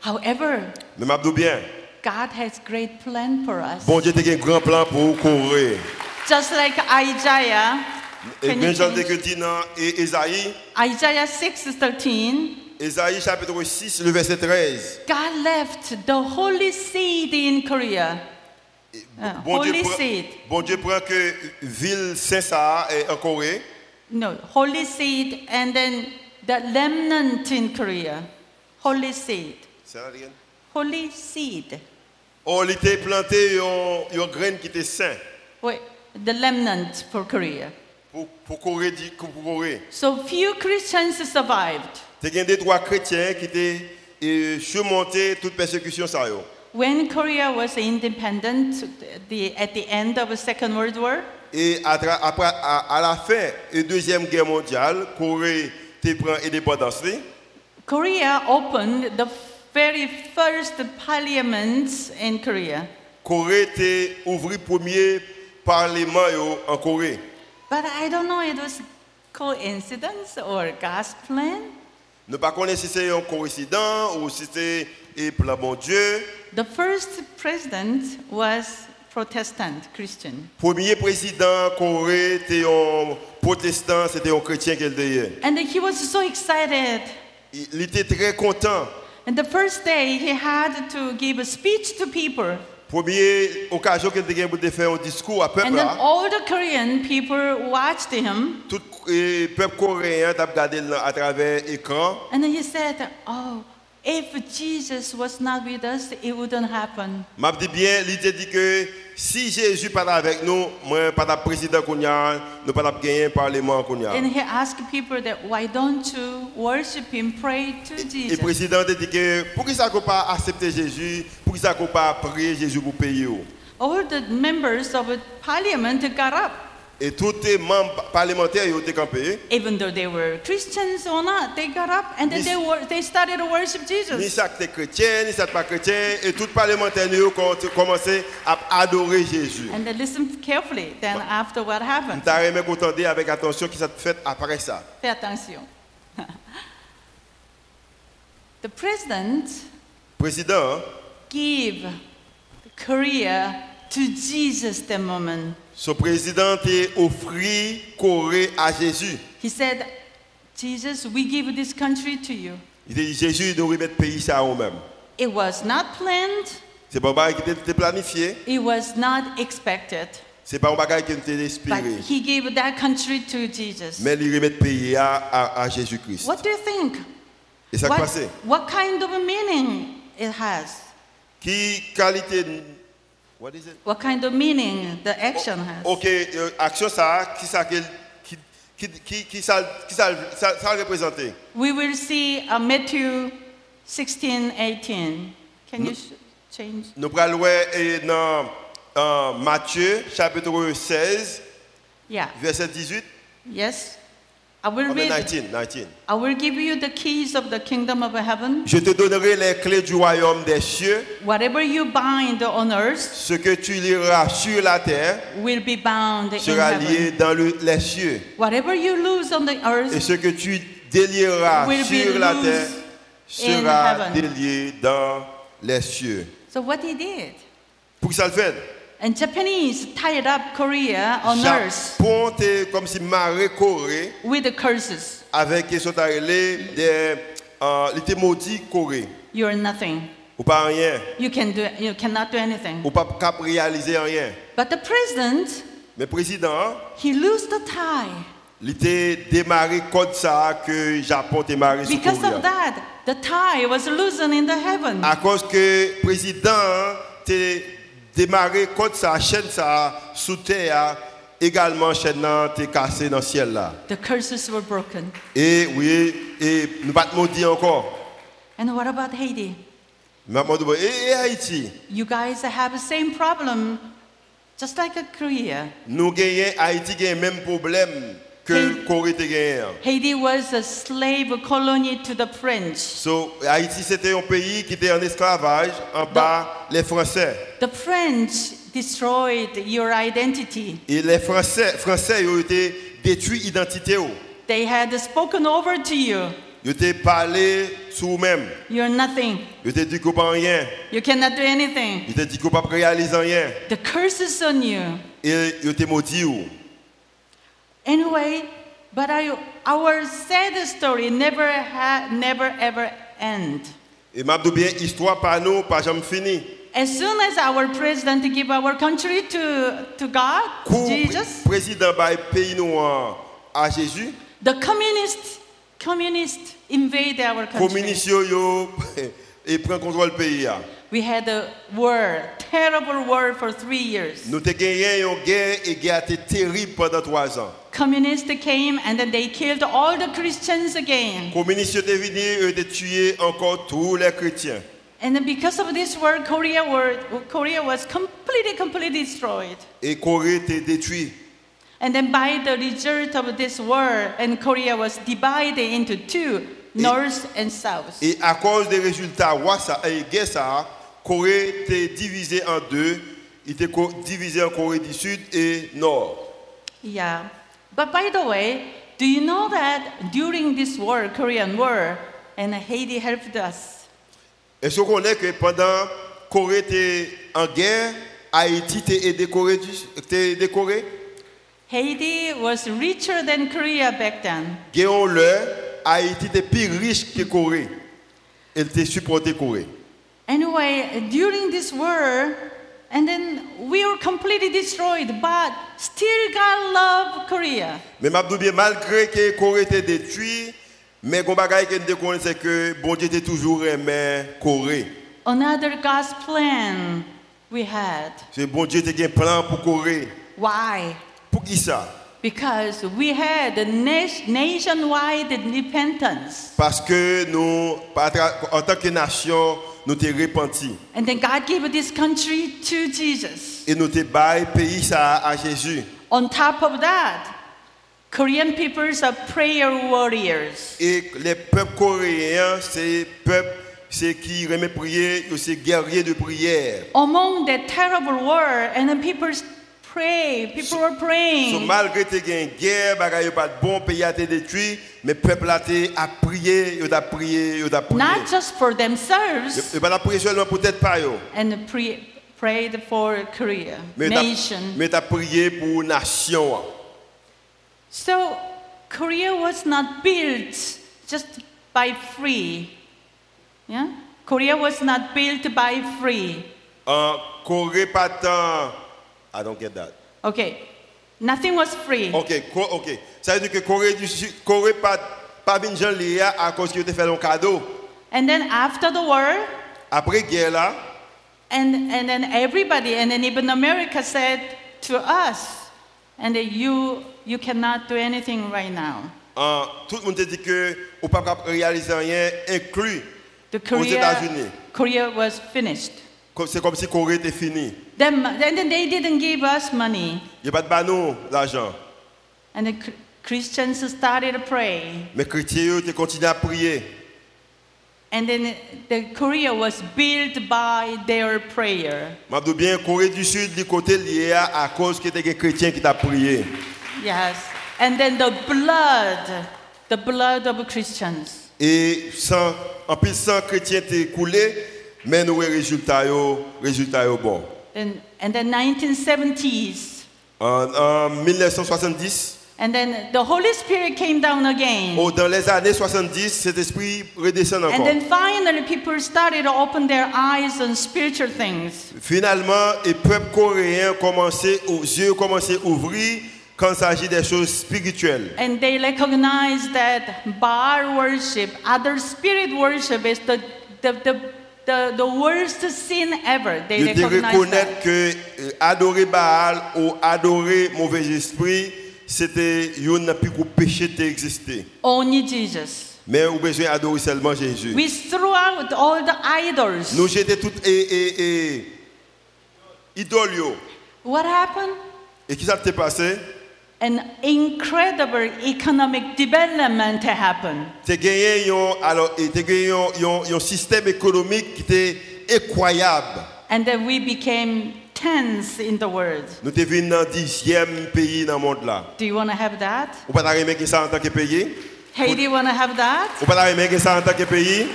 Speaker 3: However,
Speaker 2: Mais m'abdou bien.
Speaker 3: God has great plan for us.
Speaker 2: Bon Dieu t'a un grand plan pour Corée.
Speaker 3: Just like Isaiah,
Speaker 2: Et
Speaker 3: Can
Speaker 2: Eh, bien
Speaker 3: you
Speaker 2: j'en ai
Speaker 3: finish?
Speaker 2: que dit dans E- Ésaïe,
Speaker 3: Isaiah 6:13,
Speaker 2: Ésaïe chapitre 6 le verset 13.
Speaker 3: God left the holy seed in Korea. Ah,
Speaker 2: Eh, Bon Dieu,
Speaker 3: holy
Speaker 2: prend,
Speaker 3: seed.
Speaker 2: bon Dieu prend que ville Saint-Sahara est en Corée,
Speaker 3: No, holy seed and then the remnant in Korea. Holy seed.
Speaker 2: C'est là, Adrien?
Speaker 3: Holy seed.
Speaker 2: Oh, il était planté une graine qui était sain
Speaker 3: Wait, the remnant for Korea.
Speaker 2: pour, pour Corée. dit- Pour Corée.
Speaker 3: So few Christians survived.
Speaker 2: Il y a des trois chrétiens qui étaient euh, surmontés toute persécution. Ça, yo.
Speaker 3: When Korea was independent the, at the end of the Second World War,
Speaker 2: Et à, tra- après, à, à la fin de la Deuxième Guerre mondiale, Corée te prend indépendance. li.
Speaker 3: Korea opened the very first parliaments in Korea.
Speaker 2: Corée te ouvrit premier parlement yo, en Corée.
Speaker 3: But I don't know it was coincidence or God's plan.
Speaker 2: Ne pas connaître si c'est un coïncident ou si c'est un plan bon Dieu.
Speaker 3: The first president was Protestant Christian.
Speaker 2: Premier président Corée était un protestant, c'était un chrétien qu'elle était.
Speaker 3: And he was so excited.
Speaker 2: Il il était très content.
Speaker 3: And the first day he had to give a speech to people.
Speaker 2: Premier occasion qu'elle était pour te faire un discours à peuple.
Speaker 3: And then
Speaker 2: hein.
Speaker 3: all the Korean people watched him.
Speaker 2: Tout le peuple coréen t'a regardé là à travers écran.
Speaker 3: And then he said, Oh, if Jesus was not with us, it wouldn't happen.
Speaker 2: M'a dit bien, il te dit que si Jésus pas là avec nous, moi pas de président qu'on y a, nous pas de gagner un parlement qu'on y a.
Speaker 3: And he asked people that why don't you worship him, pray to
Speaker 2: Et le
Speaker 3: Jesus?
Speaker 2: président te dit que pour qui ça qu'on pas accepter Jésus, pour qui ça qu'on pas prier Jésus pour payer.
Speaker 3: all the members of parliament got up,
Speaker 2: Et tous les membres parlementaires ils ont été campés.
Speaker 3: even though they were Christians or not. They got up and then they
Speaker 2: Miss-
Speaker 3: were they started to worship
Speaker 2: Ni
Speaker 3: Jesus.
Speaker 2: ça qui était chrétien, ni ça qui pas chrétien. Et tous les parlementaires ils ont commencé à adorer Jésus.
Speaker 3: And then listen carefully. Then after what happened,
Speaker 2: T'as aimé qu'on t'entende avec attention qui ça te fait après ça.
Speaker 3: Fais attention. the president
Speaker 2: Président,
Speaker 3: give Korea to Jesus the moment.
Speaker 2: ce président t'a offert Corée à Jésus.
Speaker 3: He said, Jesus, we give this country to you.
Speaker 2: Il a dit Jésus, il doit remettre pays ça à eux-mêmes.
Speaker 3: It was not planned,
Speaker 2: C'est pas un bagage qui était planifié,
Speaker 3: it was not expected,
Speaker 2: c'est pas un bagage qui était
Speaker 3: but
Speaker 2: inspiré.
Speaker 3: he gave that country to Jesus.
Speaker 2: Mais il remettre pays à, à- à Jésus-Christ.
Speaker 3: What do you think?
Speaker 2: Et ça qui
Speaker 3: What,
Speaker 2: passé.
Speaker 3: what kind of meaning it has?
Speaker 2: Qui qualité. What is it?
Speaker 3: What kind of meaning the action has?
Speaker 2: Ok, euh, action ça, qui ça qu'elle- qui, qui, qui, qui ça, qui ça, ça, ça représente?
Speaker 3: We will see uh, Matthew 16, 18. Can you sh- change?
Speaker 2: Nous allons voir dans euh, Matthieu chapitre 16,
Speaker 3: Yeah.
Speaker 2: verset Oh, 18,
Speaker 3: Yes. I will
Speaker 2: on est
Speaker 3: read.
Speaker 2: 19, 19.
Speaker 3: I will give you the keys of the kingdom of heaven.
Speaker 2: Je te donnerai les clés du royaume des cieux.
Speaker 3: Whatever you bind on earth
Speaker 2: Ce que tu lieras sur la terre
Speaker 3: will be bound in
Speaker 2: sera lié
Speaker 3: heaven.
Speaker 2: dans le- les cieux.
Speaker 3: Whatever you lose on the
Speaker 2: Et
Speaker 3: earth,
Speaker 2: ce que tu délieras
Speaker 3: Will be
Speaker 2: sur la
Speaker 3: loose
Speaker 2: terre
Speaker 3: in
Speaker 2: sera
Speaker 3: heaven.
Speaker 2: délié dans les cieux.
Speaker 3: so what he did.
Speaker 2: Pour que ça le fait,
Speaker 3: And Japanese tied up Korea on earth
Speaker 2: Japon t'es comme si marée Corée
Speaker 3: with the curses.
Speaker 2: avec ce tarélé des euh, il était maudit Corée.
Speaker 3: You are nothing.
Speaker 2: Ou pas rien,
Speaker 3: You can do. You cannot do anything.
Speaker 2: ou pas cap réaliser rien.
Speaker 3: But the president,
Speaker 2: Mais président,
Speaker 3: he lose the tie.
Speaker 2: il était démarré comme ça que Japon démarré sur
Speaker 3: Because
Speaker 2: Corée.
Speaker 3: of that, the tie was loosened in the heaven.
Speaker 2: À cause que président t'es démarré contre sa chaîne ça sous terre également chaîne là, t'es cassé dans le ciel là.
Speaker 3: The curses were broken.
Speaker 2: Et oui, et nous pas te maudire encore.
Speaker 3: And what about Haiti?
Speaker 2: Mais on dit, et, et Haïti,
Speaker 3: You guys have the same problem, just like a Korea.
Speaker 2: nous gagnons Haïti gagne même problème que
Speaker 3: Haïti.
Speaker 2: Corée te gagne.
Speaker 3: Haiti was a slave colony to the French.
Speaker 2: So, Haïti c'était un pays qui était en esclavage en bas les Français.
Speaker 3: The French destroyed your identity.
Speaker 2: Et les Français Français ils ont été détruits identité. eux.
Speaker 3: They had spoken over to you.
Speaker 2: Ils ont été parlé sur eux-mêmes.
Speaker 3: You're nothing.
Speaker 2: Ils ont été dit qu'on pas rien.
Speaker 3: You cannot do anything.
Speaker 2: Il t'a dit qu'on pas réaliser rien.
Speaker 3: The curse is on you.
Speaker 2: Et il t'a maudit. ou.
Speaker 3: Anyway, but I, our sad story never ha, never ever end.
Speaker 2: Et m'a dit bien, histoire par nous, pas jamais fini.
Speaker 3: As soon as our president give our country to, to God,
Speaker 2: Coup
Speaker 3: Jesus,
Speaker 2: pré- président bail pays nous en- à Jésus,
Speaker 3: the communist communist invade our country.
Speaker 2: communiste yo, yo, et prend contrôle du pays. ah. là.
Speaker 3: We had a war, terrible war for three years.
Speaker 2: Nous avons gagné une guerre et guerre a été terrible pendant trois ans.
Speaker 3: Communists came and then they killed all the Christians again.
Speaker 2: Communiste est venu et ont tué encore tous les chrétiens.
Speaker 3: And then because of this war, Korea, war, Korea was completely, completely destroyed.
Speaker 2: Et Corée était détruit.
Speaker 3: And then by the result of this war, and Korea was divided into two, north and south.
Speaker 2: Et à cause des résultats, roi ça, et guerre ça, Corée était divisée en deux. Il était co- divisé en Corée du Sud et Nord.
Speaker 3: Yeah. But by the way, do you know that during this war, Korean War, and Haiti helped us?
Speaker 2: Et ce qu'on est que pendant Corée était en guerre, Haïti était aidé Corée du était aidé Corée.
Speaker 3: Haiti was richer than Korea back then.
Speaker 2: Guéon le, Haïti était plus riche que Corée. Elle était supportée Corée.
Speaker 3: Anyway, during this war, and then we were completely destroyed, but still God loved Korea.
Speaker 2: Mais Mabdou bien malgré que Corée était détruite, mais qu'on bagaille qu'on déconne c'est que bon Dieu était toujours aimé Corée.
Speaker 3: Another God's plan we had.
Speaker 2: C'est bon Dieu était un plan pour Corée.
Speaker 3: Why?
Speaker 2: Pour qui ça
Speaker 3: Because we had a na- nationwide repentance.
Speaker 2: Parce que nous, par tra- en tant que nation, nous t'es repentis.
Speaker 3: And then God gave this country to Jesus.
Speaker 2: et nous te bail pays ça à Jésus.
Speaker 3: On top of that, Korean peoples are prayer warriors.
Speaker 2: Et les peuples coréens, c'est peuple c'est qui remet prier, yo, c'est guerrier de prière.
Speaker 3: Among that terrible war, and then people pray, people were
Speaker 2: So,
Speaker 3: praying.
Speaker 2: malgré que tu as une guerre, bagaille pas de bon, pays a été détruit, mais peuple a été à prier, il a prié, il a prié.
Speaker 3: Not just for themselves,
Speaker 2: Il pas prié seulement pour tête pas yo.
Speaker 3: and pre- prayed for Korea,
Speaker 2: Mais t'as-
Speaker 3: nation.
Speaker 2: Mais tu as prié pour nation.
Speaker 3: So Korea was not built just by free. Yeah? Korea was not built by free.
Speaker 2: En Corée pas tant. I don't get that.
Speaker 3: Okay. Nothing was free.
Speaker 2: OK, co- OK. Ça veut dire que Corée du Sud, Corée pas pas vinn Jean Léa à cause qu'il te fait un cadeau.
Speaker 3: And then after the war,
Speaker 2: Après guerre là,
Speaker 3: and, and then everybody, and then even America said to us, and that you, you cannot do anything right now.
Speaker 2: en- tout le monde te dit que au pas capable réaliser rien inclus
Speaker 3: The
Speaker 2: aux
Speaker 3: Korea,
Speaker 2: États-Unis.
Speaker 3: Korea was finished.
Speaker 2: Comme- C'est comme si Corée était finie.
Speaker 3: Then, and then they didn't give us money.
Speaker 2: Il n'y a pas de banon l'argent.
Speaker 3: And the Chr- Christians started praying.
Speaker 2: Mais chrétiens, tu continues à prier.
Speaker 3: And then the Korea was built by their prayer.
Speaker 2: M'a dit bien Corée du Sud du côté lié à à cause que des chrétiens qui t'a prié.
Speaker 3: Yes. And then the blood, the blood of Christians.
Speaker 2: Et sans en plus sans chrétiens t'es coulé, mais nous les résultats yo, résultats yo bon.
Speaker 3: And, and then 1970s.
Speaker 2: En, en 1970,
Speaker 3: And then the Holy Spirit came down again.
Speaker 2: oh, dans les années 70, cet esprit redescend
Speaker 3: And
Speaker 2: encore.
Speaker 3: then finally people started to open their eyes on spiritual things.
Speaker 2: Finalement, le peuple coréen commençait, aux yeux commençaient à ouvrir quand il s'agit des choses spirituelles.
Speaker 3: And they recognized that Baal worship, other spirit worship is the, the, the, the, the worst sin ever. They
Speaker 2: Ils devaient
Speaker 3: recognized that.
Speaker 2: reconnaître que euh, adorer Baal ou adorer mauvais esprit, c'était une plus gros péché qui existait.
Speaker 3: Only Jesus.
Speaker 2: Mais on a besoin d'adorer seulement Jésus.
Speaker 3: We threw out all the idols.
Speaker 2: Nous jetons tout et, et, et idole yo.
Speaker 3: What happened?
Speaker 2: Et qui ça t'est passé?
Speaker 3: An incredible economic development happened.
Speaker 2: T'es gagné yon alors et t'es gagné yon, yon, yon système économique qui était incroyable.
Speaker 3: And then we became tense in the world.
Speaker 2: Nous t'es venus dans le dixième pays dans le monde là.
Speaker 3: Do you want to have that?
Speaker 2: Ou pas la remettre ça en tant que pays?
Speaker 3: Haiti want to have that?
Speaker 2: Ou pas la remettre ça en tant que pays?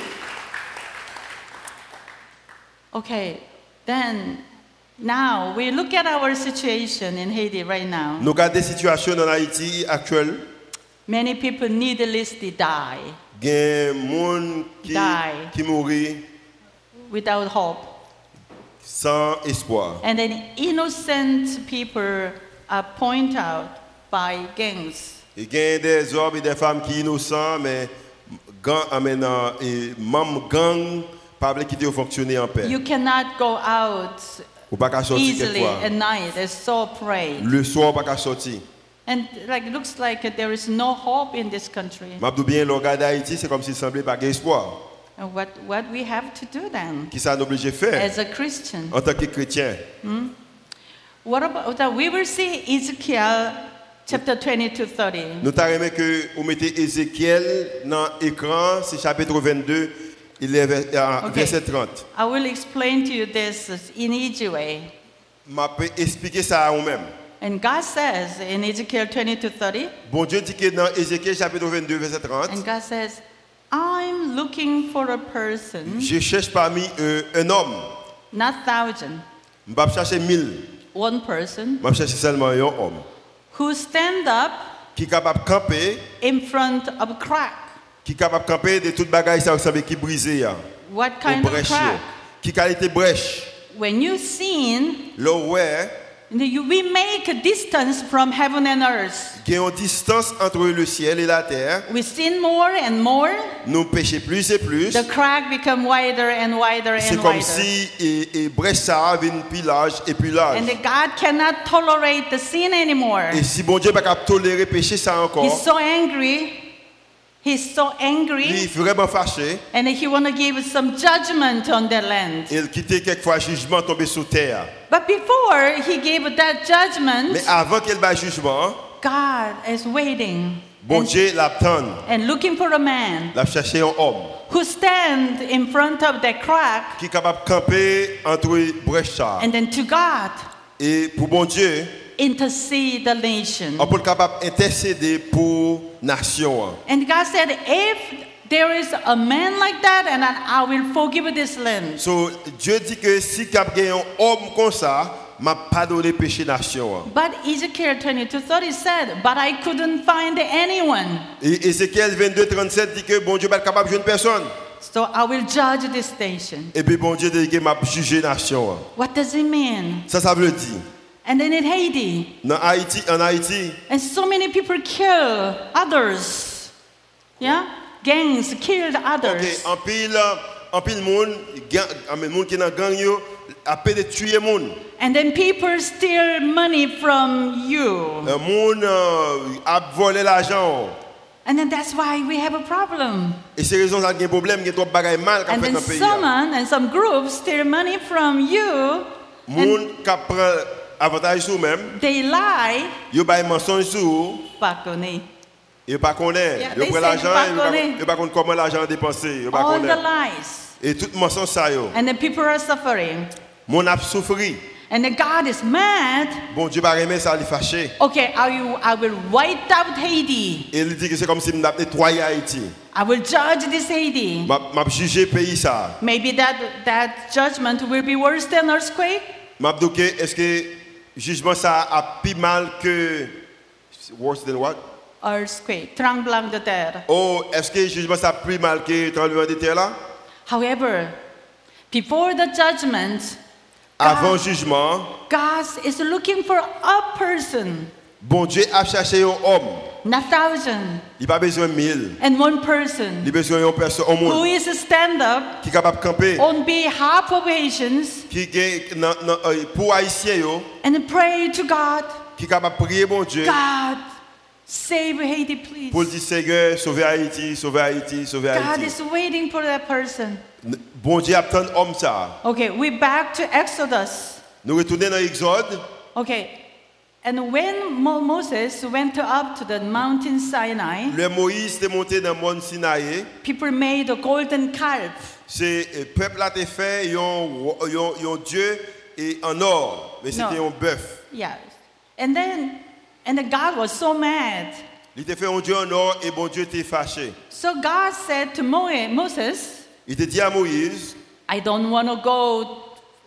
Speaker 3: Okay. Then now we look at our situation in Haiti right now.
Speaker 2: Nous regardons la situation dans Haïti actuelle.
Speaker 3: Many people needlessly die
Speaker 2: Il y a des gens qui,
Speaker 3: Die.
Speaker 2: qui mourent
Speaker 3: without hope.
Speaker 2: sans espoir.
Speaker 3: And then innocent people are pointed out by gangs.
Speaker 2: Il y a E des hommes et des femmes qui sont innocents, mais gang, ah, mais non, et même gang, pas qui doivent fonctionner en paix.
Speaker 3: You cannot go out
Speaker 2: Ou pas qu'à sortir
Speaker 3: easily
Speaker 2: quelquefois.
Speaker 3: at night and so pray.
Speaker 2: Le soir, pas qu'à sortir.
Speaker 3: And like looks like there is no hope in this country.
Speaker 2: M'abdou bien, le regard d'Haïti, c'est comme s'il semblait pas d'espoir.
Speaker 3: And what, what we have to do then
Speaker 2: Qui ça nous oblige de faire
Speaker 3: as a Christian?
Speaker 2: en tant que chrétien?
Speaker 3: What about that? We will see Ezekiel chapter 22 30.
Speaker 2: Nous t'arrêtons que vous mettez Ézéchiel dans l'écran, c'est chapitre 22, il est vers- à-
Speaker 3: Ok.
Speaker 2: verset 30.
Speaker 3: I will explain to you this in easy way.
Speaker 2: M'a peut expliquer ça à vous-même.
Speaker 3: And God says in Ezekiel 22 30,
Speaker 2: Bon Dieu dit que dans Ézéchiel chapitre 22, verset 30,
Speaker 3: and God says, I'm looking for a person,
Speaker 2: je cherche parmi eux un homme.
Speaker 3: not thousand,
Speaker 2: Je vais chercher mille,
Speaker 3: one person,
Speaker 2: je vais chercher seulement un homme.
Speaker 3: who stand up
Speaker 2: Qui est capable de camper,
Speaker 3: in front of a crack.
Speaker 2: qui est capable de camper de toute bagaille ça vous savez, qui brisé. là,
Speaker 3: What
Speaker 2: Ou
Speaker 3: kind of
Speaker 2: brèche. là.
Speaker 3: crack?
Speaker 2: Qui qualité brèche.
Speaker 3: When you sin,
Speaker 2: Là, ouais,
Speaker 3: you- we make a distance from heaven and earth.
Speaker 2: il y a une distance entre le ciel et la terre.
Speaker 3: We sin more and more.
Speaker 2: Nous péchons plus et plus.
Speaker 3: The crack become wider and wider
Speaker 2: C'est
Speaker 3: and
Speaker 2: comme
Speaker 3: wider.
Speaker 2: si et, et brèche ça avait une pilage et puis large.
Speaker 3: And that God cannot tolerate the sin anymore.
Speaker 2: Et si bon Dieu n'est pas capable de tolérer péché ça encore,
Speaker 3: He's so angry. He's so
Speaker 2: Il est
Speaker 3: angry
Speaker 2: vraiment fâché.
Speaker 3: and he want to give some judgment on the land.
Speaker 2: Il quittait quelquefois jugement tombé sous terre.
Speaker 3: But before he gave that
Speaker 2: Mais
Speaker 3: judgment,
Speaker 2: avant qu'il bat jugement, hein,
Speaker 3: God is waiting
Speaker 2: bon
Speaker 3: and,
Speaker 2: Dieu l'attend.
Speaker 3: and looking for a man
Speaker 2: Il a cherché un homme
Speaker 3: who stand in front of that crack
Speaker 2: qui est capable de camper entre brèches ça.
Speaker 3: and then to God
Speaker 2: Et pour bon Dieu,
Speaker 3: intercede the nation.
Speaker 2: on peut être capable d'intercéder pour nation. hein.
Speaker 3: And God said, if there is a man like that, and I I will forgive this land.
Speaker 2: So, Dieu dit que si cap gagne un homme comme ça, m'a pardonné péché nation. hein.
Speaker 3: But Ezekiel 22 30 said, But I couldn't find anyone,
Speaker 2: Et Ézéchiel 22, 37 dit que bon Dieu n'est pas capable de jouer une personne.
Speaker 3: so I will judge this nation.
Speaker 2: Et puis bon Dieu dit que m'a jugé nation. hein.
Speaker 3: What does it mean?
Speaker 2: Ça, ça veut dire.
Speaker 3: And then in Haiti,
Speaker 2: Dans Haïti, en Haïti,
Speaker 3: and so many people kill others. Yeah? Gangs killed
Speaker 2: ok,
Speaker 3: others.
Speaker 2: en pile, euh, en pile monde, gang, en même monde ah, qui est dans gang yo, a peine de tuer monde.
Speaker 3: And then people steal money from you.
Speaker 2: Un monde euh, a volé l'argent.
Speaker 3: And then that's why we have a problem.
Speaker 2: Et c'est raison ça qui est un problème, il y a trop de bagages mal qui fait
Speaker 3: And then
Speaker 2: dans le pays. hein. là.
Speaker 3: someone and some groups steal money from you. And
Speaker 2: Monde qui prend avantage sur même,
Speaker 3: they lie.
Speaker 2: yo bail mensonge sur
Speaker 3: Bakone.
Speaker 2: et pas connaît.
Speaker 3: Yeah,
Speaker 2: Yo
Speaker 3: they
Speaker 2: prend
Speaker 3: say
Speaker 2: l'argent,
Speaker 3: pas
Speaker 2: yo pas-
Speaker 3: connaît. Oh,
Speaker 2: yo pas connaît comment l'argent est dépensé, yo pas
Speaker 3: All the
Speaker 2: connaît.
Speaker 3: lies.
Speaker 2: Et tout mensonge ça yo.
Speaker 3: And then people are suffering.
Speaker 2: Mon a souffri.
Speaker 3: And then God is mad.
Speaker 2: Bon Dieu va remettre ça, il est fâché.
Speaker 3: Okay, I will, I will wipe out Haiti.
Speaker 2: Et il dit que c'est comme si m'a nettoyé Haïti.
Speaker 3: I will judge this Haiti.
Speaker 2: M'a m'a jugé pays ça.
Speaker 3: Maybe that, that judgment will be worse than earthquake.
Speaker 2: M'a dit que est-ce que jugement ça a plus mal que worse than what?
Speaker 3: Earthquake. Tremblant de terre.
Speaker 2: Oh, est-ce que jugement ça a plus mal que tremblement de terre là?
Speaker 3: However, before the judgment,
Speaker 2: Avant jugement,
Speaker 3: God is looking for a person,
Speaker 2: bon Dieu a cherché un homme.
Speaker 3: not thousand,
Speaker 2: Il n'a pas besoin de mille.
Speaker 3: and one
Speaker 2: Il a
Speaker 3: person
Speaker 2: besoin d'une personne, un
Speaker 3: who
Speaker 2: monde
Speaker 3: is stand up
Speaker 2: qui est capable de camper.
Speaker 3: on behalf of Haitians
Speaker 2: Qui est nan- nan- euh, pour Haïtiens, yo,
Speaker 3: and pray to God,
Speaker 2: qui est capable de prier bon Dieu.
Speaker 3: God, save Haiti,
Speaker 2: Pour
Speaker 3: please.
Speaker 2: dire Seigneur, sauvez Haïti, sauvez Haïti, sauvez
Speaker 3: God
Speaker 2: Haïti.
Speaker 3: is waiting for that person.
Speaker 2: Bon Dieu attend homme ça.
Speaker 3: Okay, we back to Exodus.
Speaker 2: Nous retournons dans Exode.
Speaker 3: Okay, and when Mo- Moses went up to the mountain Sinai,
Speaker 2: Le Moïse était monté dans le mont Sinaï.
Speaker 3: people made a golden calf.
Speaker 2: C'est le peuple a été fait, ils ont ils ont- ils ont Dieu et en or. Mais c'était
Speaker 3: Non.
Speaker 2: un bœuf.
Speaker 3: Yes. And then, and then God was so mad.
Speaker 2: Il était fait un Dieu en or et bon Dieu était fâché.
Speaker 3: So God said to Mo- Moses,
Speaker 2: Il te dit à Moïse,
Speaker 3: I don't want to go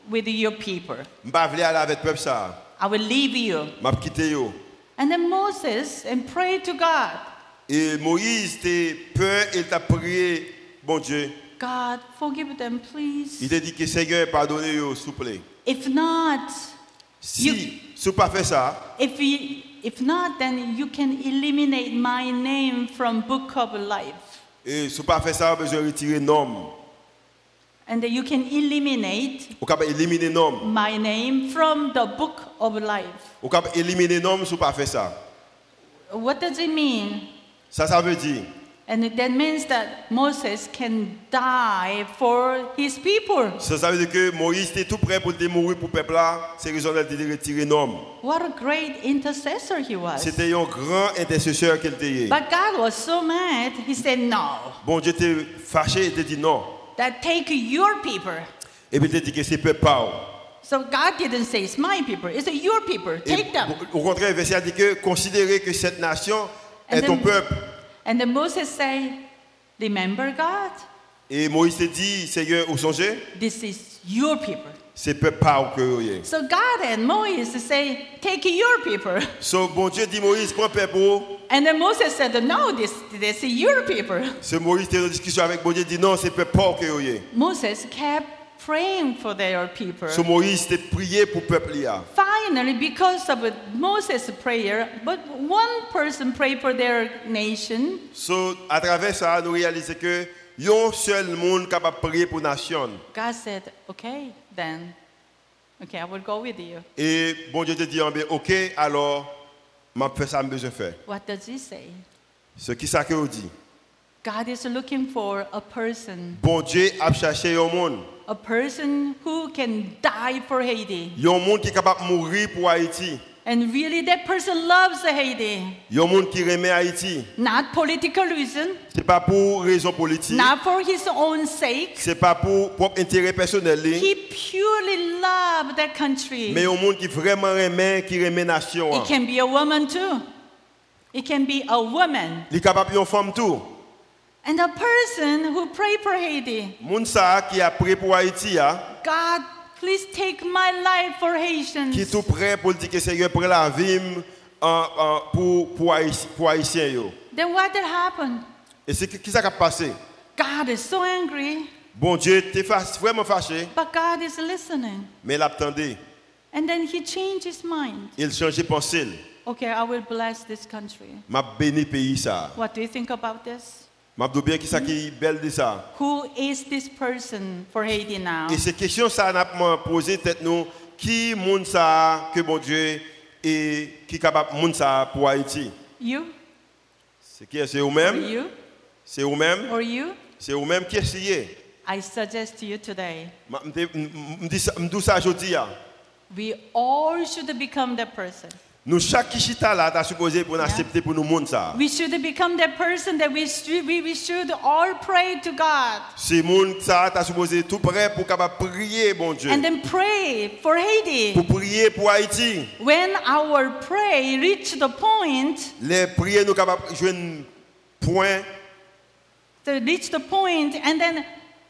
Speaker 3: with your people.
Speaker 2: je ne vais pas aller avec le peuple ça.
Speaker 3: I will leave you.
Speaker 2: Je vais quitter yo.
Speaker 3: And then Moses and prayed to God,
Speaker 2: Et Moïse était peur et t'a prié, bon Dieu.
Speaker 3: God, forgive them, please.
Speaker 2: Il t'a dit que Seigneur, pardonnez-le, s'il vous plaît.
Speaker 3: If not, You-
Speaker 2: Si, si vous pas fait ça,
Speaker 3: if you, if not, then you can eliminate my name from book of life.
Speaker 2: et si vous pas fait ça, vous avez retirer nom.
Speaker 3: And then you can eliminate
Speaker 2: Vous pouvez éliminer nom.
Speaker 3: my name from the book of life.
Speaker 2: Vous pouvez éliminer nom si vous pas fait ça.
Speaker 3: What does it mean?
Speaker 2: Ça, ça veut dire,
Speaker 3: And that means that Moses can die for his people.
Speaker 2: ça, ça veut dire que Moïse était tout prêt pour démourir pour le peuple là. C'est raison de retirer nom.
Speaker 3: What a great intercessor he was.
Speaker 2: C'était un grand intercesseur qu'il était.
Speaker 3: But God was so mad, he said, No,
Speaker 2: Bon Dieu était fâché, il t'a dit non.
Speaker 3: that take your people.
Speaker 2: Et puis il t'a dit que c'est peuple pas.
Speaker 3: So God didn't say it's my people, it's your people,
Speaker 2: Et
Speaker 3: take them.
Speaker 2: au contraire, le verset dit que considérer que cette nation est ton peuple.
Speaker 3: and then Moses said, Remember God,
Speaker 2: Et Moïse te dit, Seigneur, vous songez,
Speaker 3: this is your people.
Speaker 2: c'est peuple pas au que vous avez.
Speaker 3: So God and Moses say, Take your people.
Speaker 2: So, bon Dieu dit Moïse, prends peuple. pour.
Speaker 3: And then Moses said, No, this, this is your people.
Speaker 2: Ce Moïse était en discussion avec bon Dieu, dit non, c'est peuple pas au que vous avez.
Speaker 3: Moses kept praying for their people.
Speaker 2: So, Moïse était prié pour peuple là.
Speaker 3: Finally, because of Moses' prayer, but one person prayed for their nation,
Speaker 2: So, à travers ça, nous réalisons que il y a un seul monde capable de prier pour la nation.
Speaker 3: God said, Okay, then. Okay, I will go with you.
Speaker 2: Et bon Dieu te dit, ah, ben, ok, alors, je fais ça que je besoin de faire.
Speaker 3: What does he say?
Speaker 2: Ce qui ça que vous dit,
Speaker 3: God is looking for a person,
Speaker 2: Bon Dieu a cherché un monde.
Speaker 3: a person who can die for Haiti.
Speaker 2: Il y a un monde qui est capable de mourir pour Haïti.
Speaker 3: And really, that person loves Haiti.
Speaker 2: Il y a un monde qui remet Haïti.
Speaker 3: Not political reason,
Speaker 2: Ce n'est pas pour raison politique.
Speaker 3: not for his own sake.
Speaker 2: Ce n'est pas pour propre intérêt personnel. lui.
Speaker 3: He purely loved that country.
Speaker 2: Mais il y a un monde qui vraiment remet, qui remet nation. hein.
Speaker 3: It can be a woman too. It can be a woman.
Speaker 2: Il est capable d'une femme tout.
Speaker 3: And a person who pray for Haiti.
Speaker 2: Moun ça qui a prié pour Haïti, hein,
Speaker 3: God, please take my life for
Speaker 2: qui est
Speaker 3: Haitians.
Speaker 2: tout prêt pour dire que Seigneur prend la vie hein, hein, pour, pour, Haïti- pour Haïtiens. yo.
Speaker 3: Then what that happened?
Speaker 2: Et c'est qui ça qui a passé?
Speaker 3: God is so angry,
Speaker 2: Bon Dieu était fâ- vraiment fâché,
Speaker 3: but God is listening.
Speaker 2: mais il attendait.
Speaker 3: And then he changed his mind.
Speaker 2: Il changeait pensée.
Speaker 3: Okay, I will bless this country.
Speaker 2: M'a béni pays ça.
Speaker 3: What do you think about this?
Speaker 2: M'a dit bien qui ça qui est belle de ça.
Speaker 3: Who is this person for Haiti now?
Speaker 2: Et ces questions ça n'a pas posé tête nous qui monde ça que bon Dieu et qui capable monde ça pour Haïti.
Speaker 3: You?
Speaker 2: C'est qui c'est
Speaker 3: Or
Speaker 2: vous-même
Speaker 3: you?
Speaker 2: C'est vous-même
Speaker 3: Or you?
Speaker 2: C'est vous-même qui essayez.
Speaker 3: I suggest to you today,
Speaker 2: Je dis ça aujourd'hui. hein.
Speaker 3: we all should become that person.
Speaker 2: Nous chaque qui chita là t'as supposé pour nous
Speaker 3: Yeah.
Speaker 2: accepter pour nous monde ça.
Speaker 3: We should become that person that we should, we, we should all pray to God
Speaker 2: C'est monde ça t'as supposé tout prêt pour capable prier bon Dieu.
Speaker 3: and then pray for Haiti.
Speaker 2: Pour prier pour Haïti.
Speaker 3: When our pray reach the point,
Speaker 2: Les prières nous capables joindre point
Speaker 3: to reach the point, and then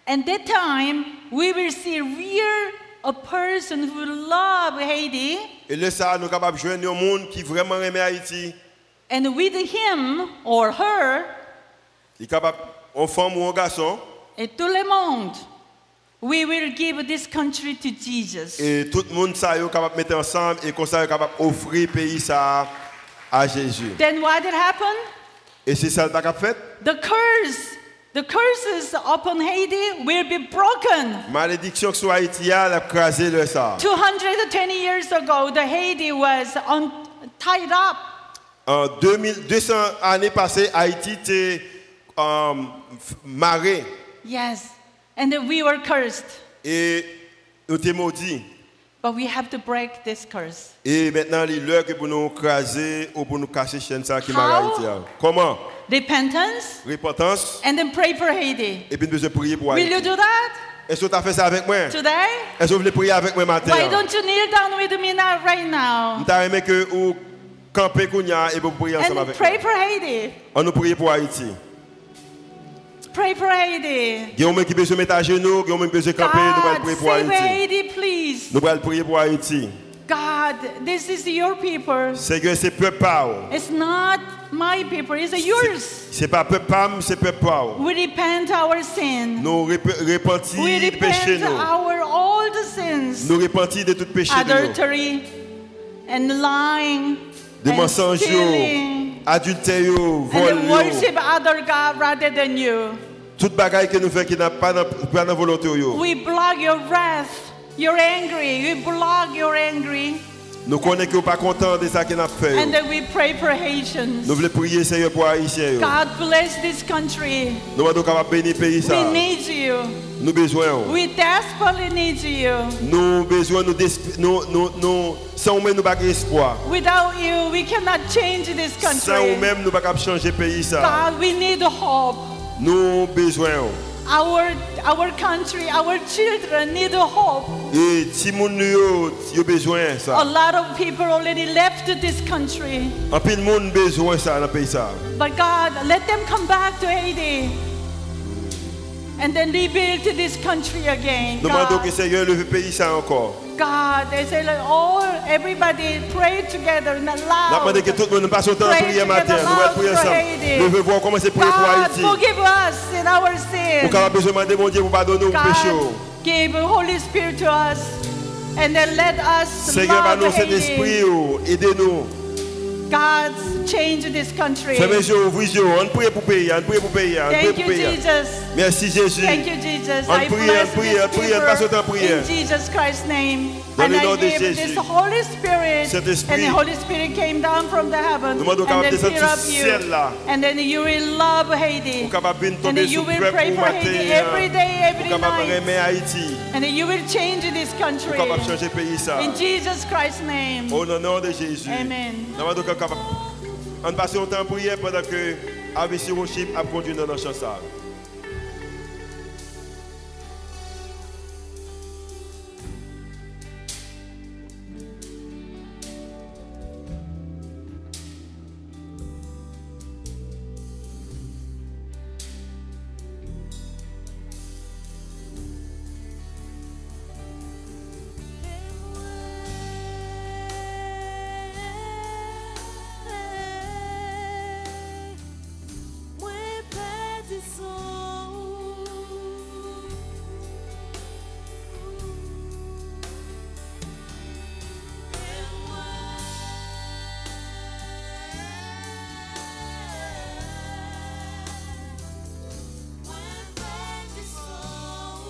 Speaker 3: at that time we will see real a person who love Haiti,
Speaker 2: Et là, ça, nous sommes capables de joindre un monde qui vraiment aime Haïti.
Speaker 3: and with him or her,
Speaker 2: Il est capable, en femme ou en garçon,
Speaker 3: et tout le monde, we will give this country to Jesus.
Speaker 2: et tout le monde ça, est capable de mettre ensemble et comme ça, est capable d'offrir le pays ça à Jésus.
Speaker 3: Then what did happen?
Speaker 2: Et c'est ça qu'on a fait.
Speaker 3: The curse, the curses upon Haiti will be broken.
Speaker 2: Malédiction sur Haïti, elle a crasé le ça.
Speaker 3: 220 years ago, the Haiti was un- tied up.
Speaker 2: En 2000 200 années passées, Haïti était euh, f- marée
Speaker 3: Yes, and then we were cursed.
Speaker 2: et nous était maudits.
Speaker 3: But we have to break this curse.
Speaker 2: Et maintenant, il est l'heure que pour nous craser ou pour nous casser chaîne ça qui est
Speaker 3: How?
Speaker 2: Haïti. hein. Comment?
Speaker 3: Repentance
Speaker 2: Repentance.
Speaker 3: and then pray for Haiti.
Speaker 2: Et puis nous devons prier pour
Speaker 3: Will
Speaker 2: Haïti.
Speaker 3: you do that
Speaker 2: Est-ce que tu as fait ça avec moi? Est-ce
Speaker 3: today?
Speaker 2: que vous voulez prier avec moi matin?
Speaker 3: Why don't you kneel down with me now, right now,
Speaker 2: Nous aimé que vous campez Kounia et vous priez ensemble
Speaker 3: and
Speaker 2: avec
Speaker 3: pray
Speaker 2: nous.
Speaker 3: for Haiti?
Speaker 2: On nous prie pour Haïti.
Speaker 3: Pray for Haiti.
Speaker 2: Il y a des gens qui peuvent se mettre à genoux, il y a des gens qui peuvent se camper, nous allons
Speaker 3: God,
Speaker 2: prier pour
Speaker 3: save
Speaker 2: Haïti.
Speaker 3: Haiti, please.
Speaker 2: Nous allons prier pour Haïti.
Speaker 3: God, this is your people.
Speaker 2: Seigneur, c'est peuple pas. ou.
Speaker 3: It's not my people, it's yours.
Speaker 2: C'est pas peuple pas, mais c'est peuple pas. ou.
Speaker 3: We repent our sin.
Speaker 2: Nous rep- repentis
Speaker 3: We
Speaker 2: de péché
Speaker 3: repent
Speaker 2: nous.
Speaker 3: our old sins.
Speaker 2: Nous repentis de tout péché de nous.
Speaker 3: Adultery and lying
Speaker 2: De
Speaker 3: and
Speaker 2: mensonges,
Speaker 3: stealing.
Speaker 2: adultère,
Speaker 3: And then
Speaker 2: vol,
Speaker 3: worship other God rather than you.
Speaker 2: toute bagaille que nous faisons qui n'a pas dans pas dans volonté. yo.
Speaker 3: We block your wrath. You're angry. We block your angry.
Speaker 2: Nous connaissons que nous pas contents de ça qu'il a fait.
Speaker 3: And
Speaker 2: yo.
Speaker 3: then we pray for Haitians.
Speaker 2: Nous voulons prier, Seigneur, pour Haïtiens. yo.
Speaker 3: God bless this country.
Speaker 2: Nous voulons capable bénir le pays. ça.
Speaker 3: We need you.
Speaker 2: Nous besoin.
Speaker 3: We desperately need you.
Speaker 2: Nous besoin, nous, désp- nous, nous, nous, sans nous-mêmes, nous pas espoir.
Speaker 3: Without you, we cannot change this
Speaker 2: Sans
Speaker 3: country.
Speaker 2: nous-mêmes, nous pas capable changer le pays. Ça.
Speaker 3: God, we need hope.
Speaker 2: Nous besoin.
Speaker 3: Our our country, our children need hope.
Speaker 2: Et si nous avons besoin
Speaker 3: A
Speaker 2: ça.
Speaker 3: lot of people already left this country.
Speaker 2: En pile, monde besoin ça dans le pays. Ça.
Speaker 3: But God, let them come back to Haiti and then rebuild this country again.
Speaker 2: Nous demandons que
Speaker 3: God,
Speaker 2: Seigneur leve le pays ça encore.
Speaker 3: God they say like all everybody pray together in a
Speaker 2: Nous demandons que tout
Speaker 3: loud.
Speaker 2: le monde passe son temps à
Speaker 3: Ah, Pray
Speaker 2: prier
Speaker 3: together
Speaker 2: matin. Nous
Speaker 3: loud
Speaker 2: allons prier
Speaker 3: for
Speaker 2: ensemble.
Speaker 3: Haiti.
Speaker 2: Nous voulons voir comment c'est prier pour
Speaker 3: God,
Speaker 2: Haïti. Nous
Speaker 3: forgive us in our sins.
Speaker 2: avons besoin de demander, mon Dieu, pour pardonner nos péchés.
Speaker 3: God, give Holy Spirit to us, and then let us
Speaker 2: Seigneur,
Speaker 3: love
Speaker 2: nous cet
Speaker 3: Haiti.
Speaker 2: esprit. oh, Aidez-nous.
Speaker 3: God, change this country.
Speaker 2: Fermez les yeux, ouvrez les yeux. On prie pour le pays. On prie pour le pays. On prie
Speaker 3: Thank
Speaker 2: pour
Speaker 3: you,
Speaker 2: le pays.
Speaker 3: Jesus.
Speaker 2: Merci Jésus.
Speaker 3: Thank you, Jesus.
Speaker 2: En
Speaker 3: I
Speaker 2: prière,
Speaker 3: bless
Speaker 2: en prière, en
Speaker 3: this
Speaker 2: prière, passe autant en
Speaker 3: giver
Speaker 2: prière.
Speaker 3: in Jesus Christ's name.
Speaker 2: Dans
Speaker 3: and
Speaker 2: le nom
Speaker 3: I
Speaker 2: de
Speaker 3: gave
Speaker 2: Jésus.
Speaker 3: this Holy Spirit,
Speaker 2: Cet
Speaker 3: and
Speaker 2: esprit.
Speaker 3: the Holy Spirit came down from the heavens
Speaker 2: Nous demandons
Speaker 3: and
Speaker 2: capable
Speaker 3: then
Speaker 2: de descendre
Speaker 3: filled
Speaker 2: sur
Speaker 3: up
Speaker 2: ciel,
Speaker 3: you,
Speaker 2: là.
Speaker 3: and then you will love Haiti,
Speaker 2: Ou capable de venir
Speaker 3: and
Speaker 2: tomber
Speaker 3: then
Speaker 2: sur
Speaker 3: you
Speaker 2: le
Speaker 3: will pray
Speaker 2: peuple
Speaker 3: for Haiti every
Speaker 2: matin.
Speaker 3: day,
Speaker 2: Ou
Speaker 3: every
Speaker 2: capable de
Speaker 3: night,
Speaker 2: remettre Haïti.
Speaker 3: and then you will change this
Speaker 2: Ou
Speaker 3: country
Speaker 2: capable de changer le pays ça.
Speaker 3: in Jesus Christ's name.
Speaker 2: Au nom de Jésus.
Speaker 3: Amen.
Speaker 2: Nous demandons capable. On passe longtemps en prière pendant que ABC Worship a conduit dans notre chanson.
Speaker 4: Mwen pedi son Mwen pedi son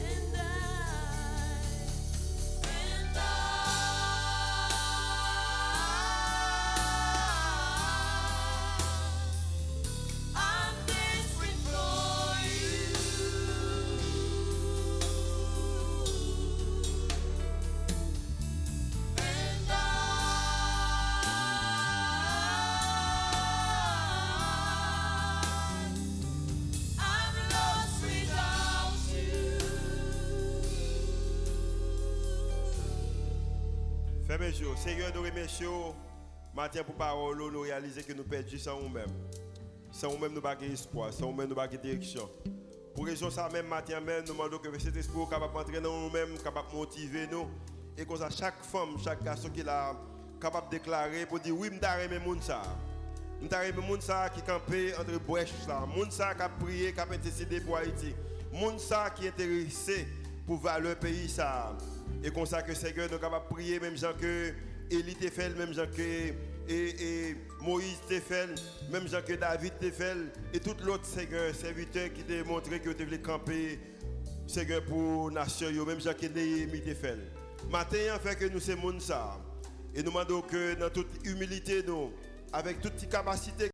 Speaker 4: And I, and I, I'm desperate for you. And I, I'm lost without you.
Speaker 2: Fermez les yeux. Seigneur, nous remercions matin pour parole, nous réaliser que nous perdons sans nous-mêmes. Sans nous-mêmes, nous n'avons pas espoir. Sans nous-mêmes, nous n'avons pas direction. Pour raison ça, même matin, même, nous demandons que cet espoir soit capable d'entrer dans nous-mêmes, capable de motiver nous. Et que ça, chaque femme, chaque garçon qui est là, capable de déclarer pour dire oui, je vais mes ça. Nous avons moun sa qui campé entre brèches là, moun sa qui a prié, qui a intercédé pour Haïti, moun sa qui est intéressé pour valeur pays ça. Et comme ça que Seigneur nous capable de prier même gens que Élie te fait, même gens que et, et Moïse te fait, même gens que David te fait et tout l'autre Seigneur serviteur qui t'a montré que tu voulais camper Seigneur pour nation yo, même gens qui Néhémie te fait. Matin on fait que nous c'est moun ça. Et nous demandons que dans toute humilité nous avec toute capacité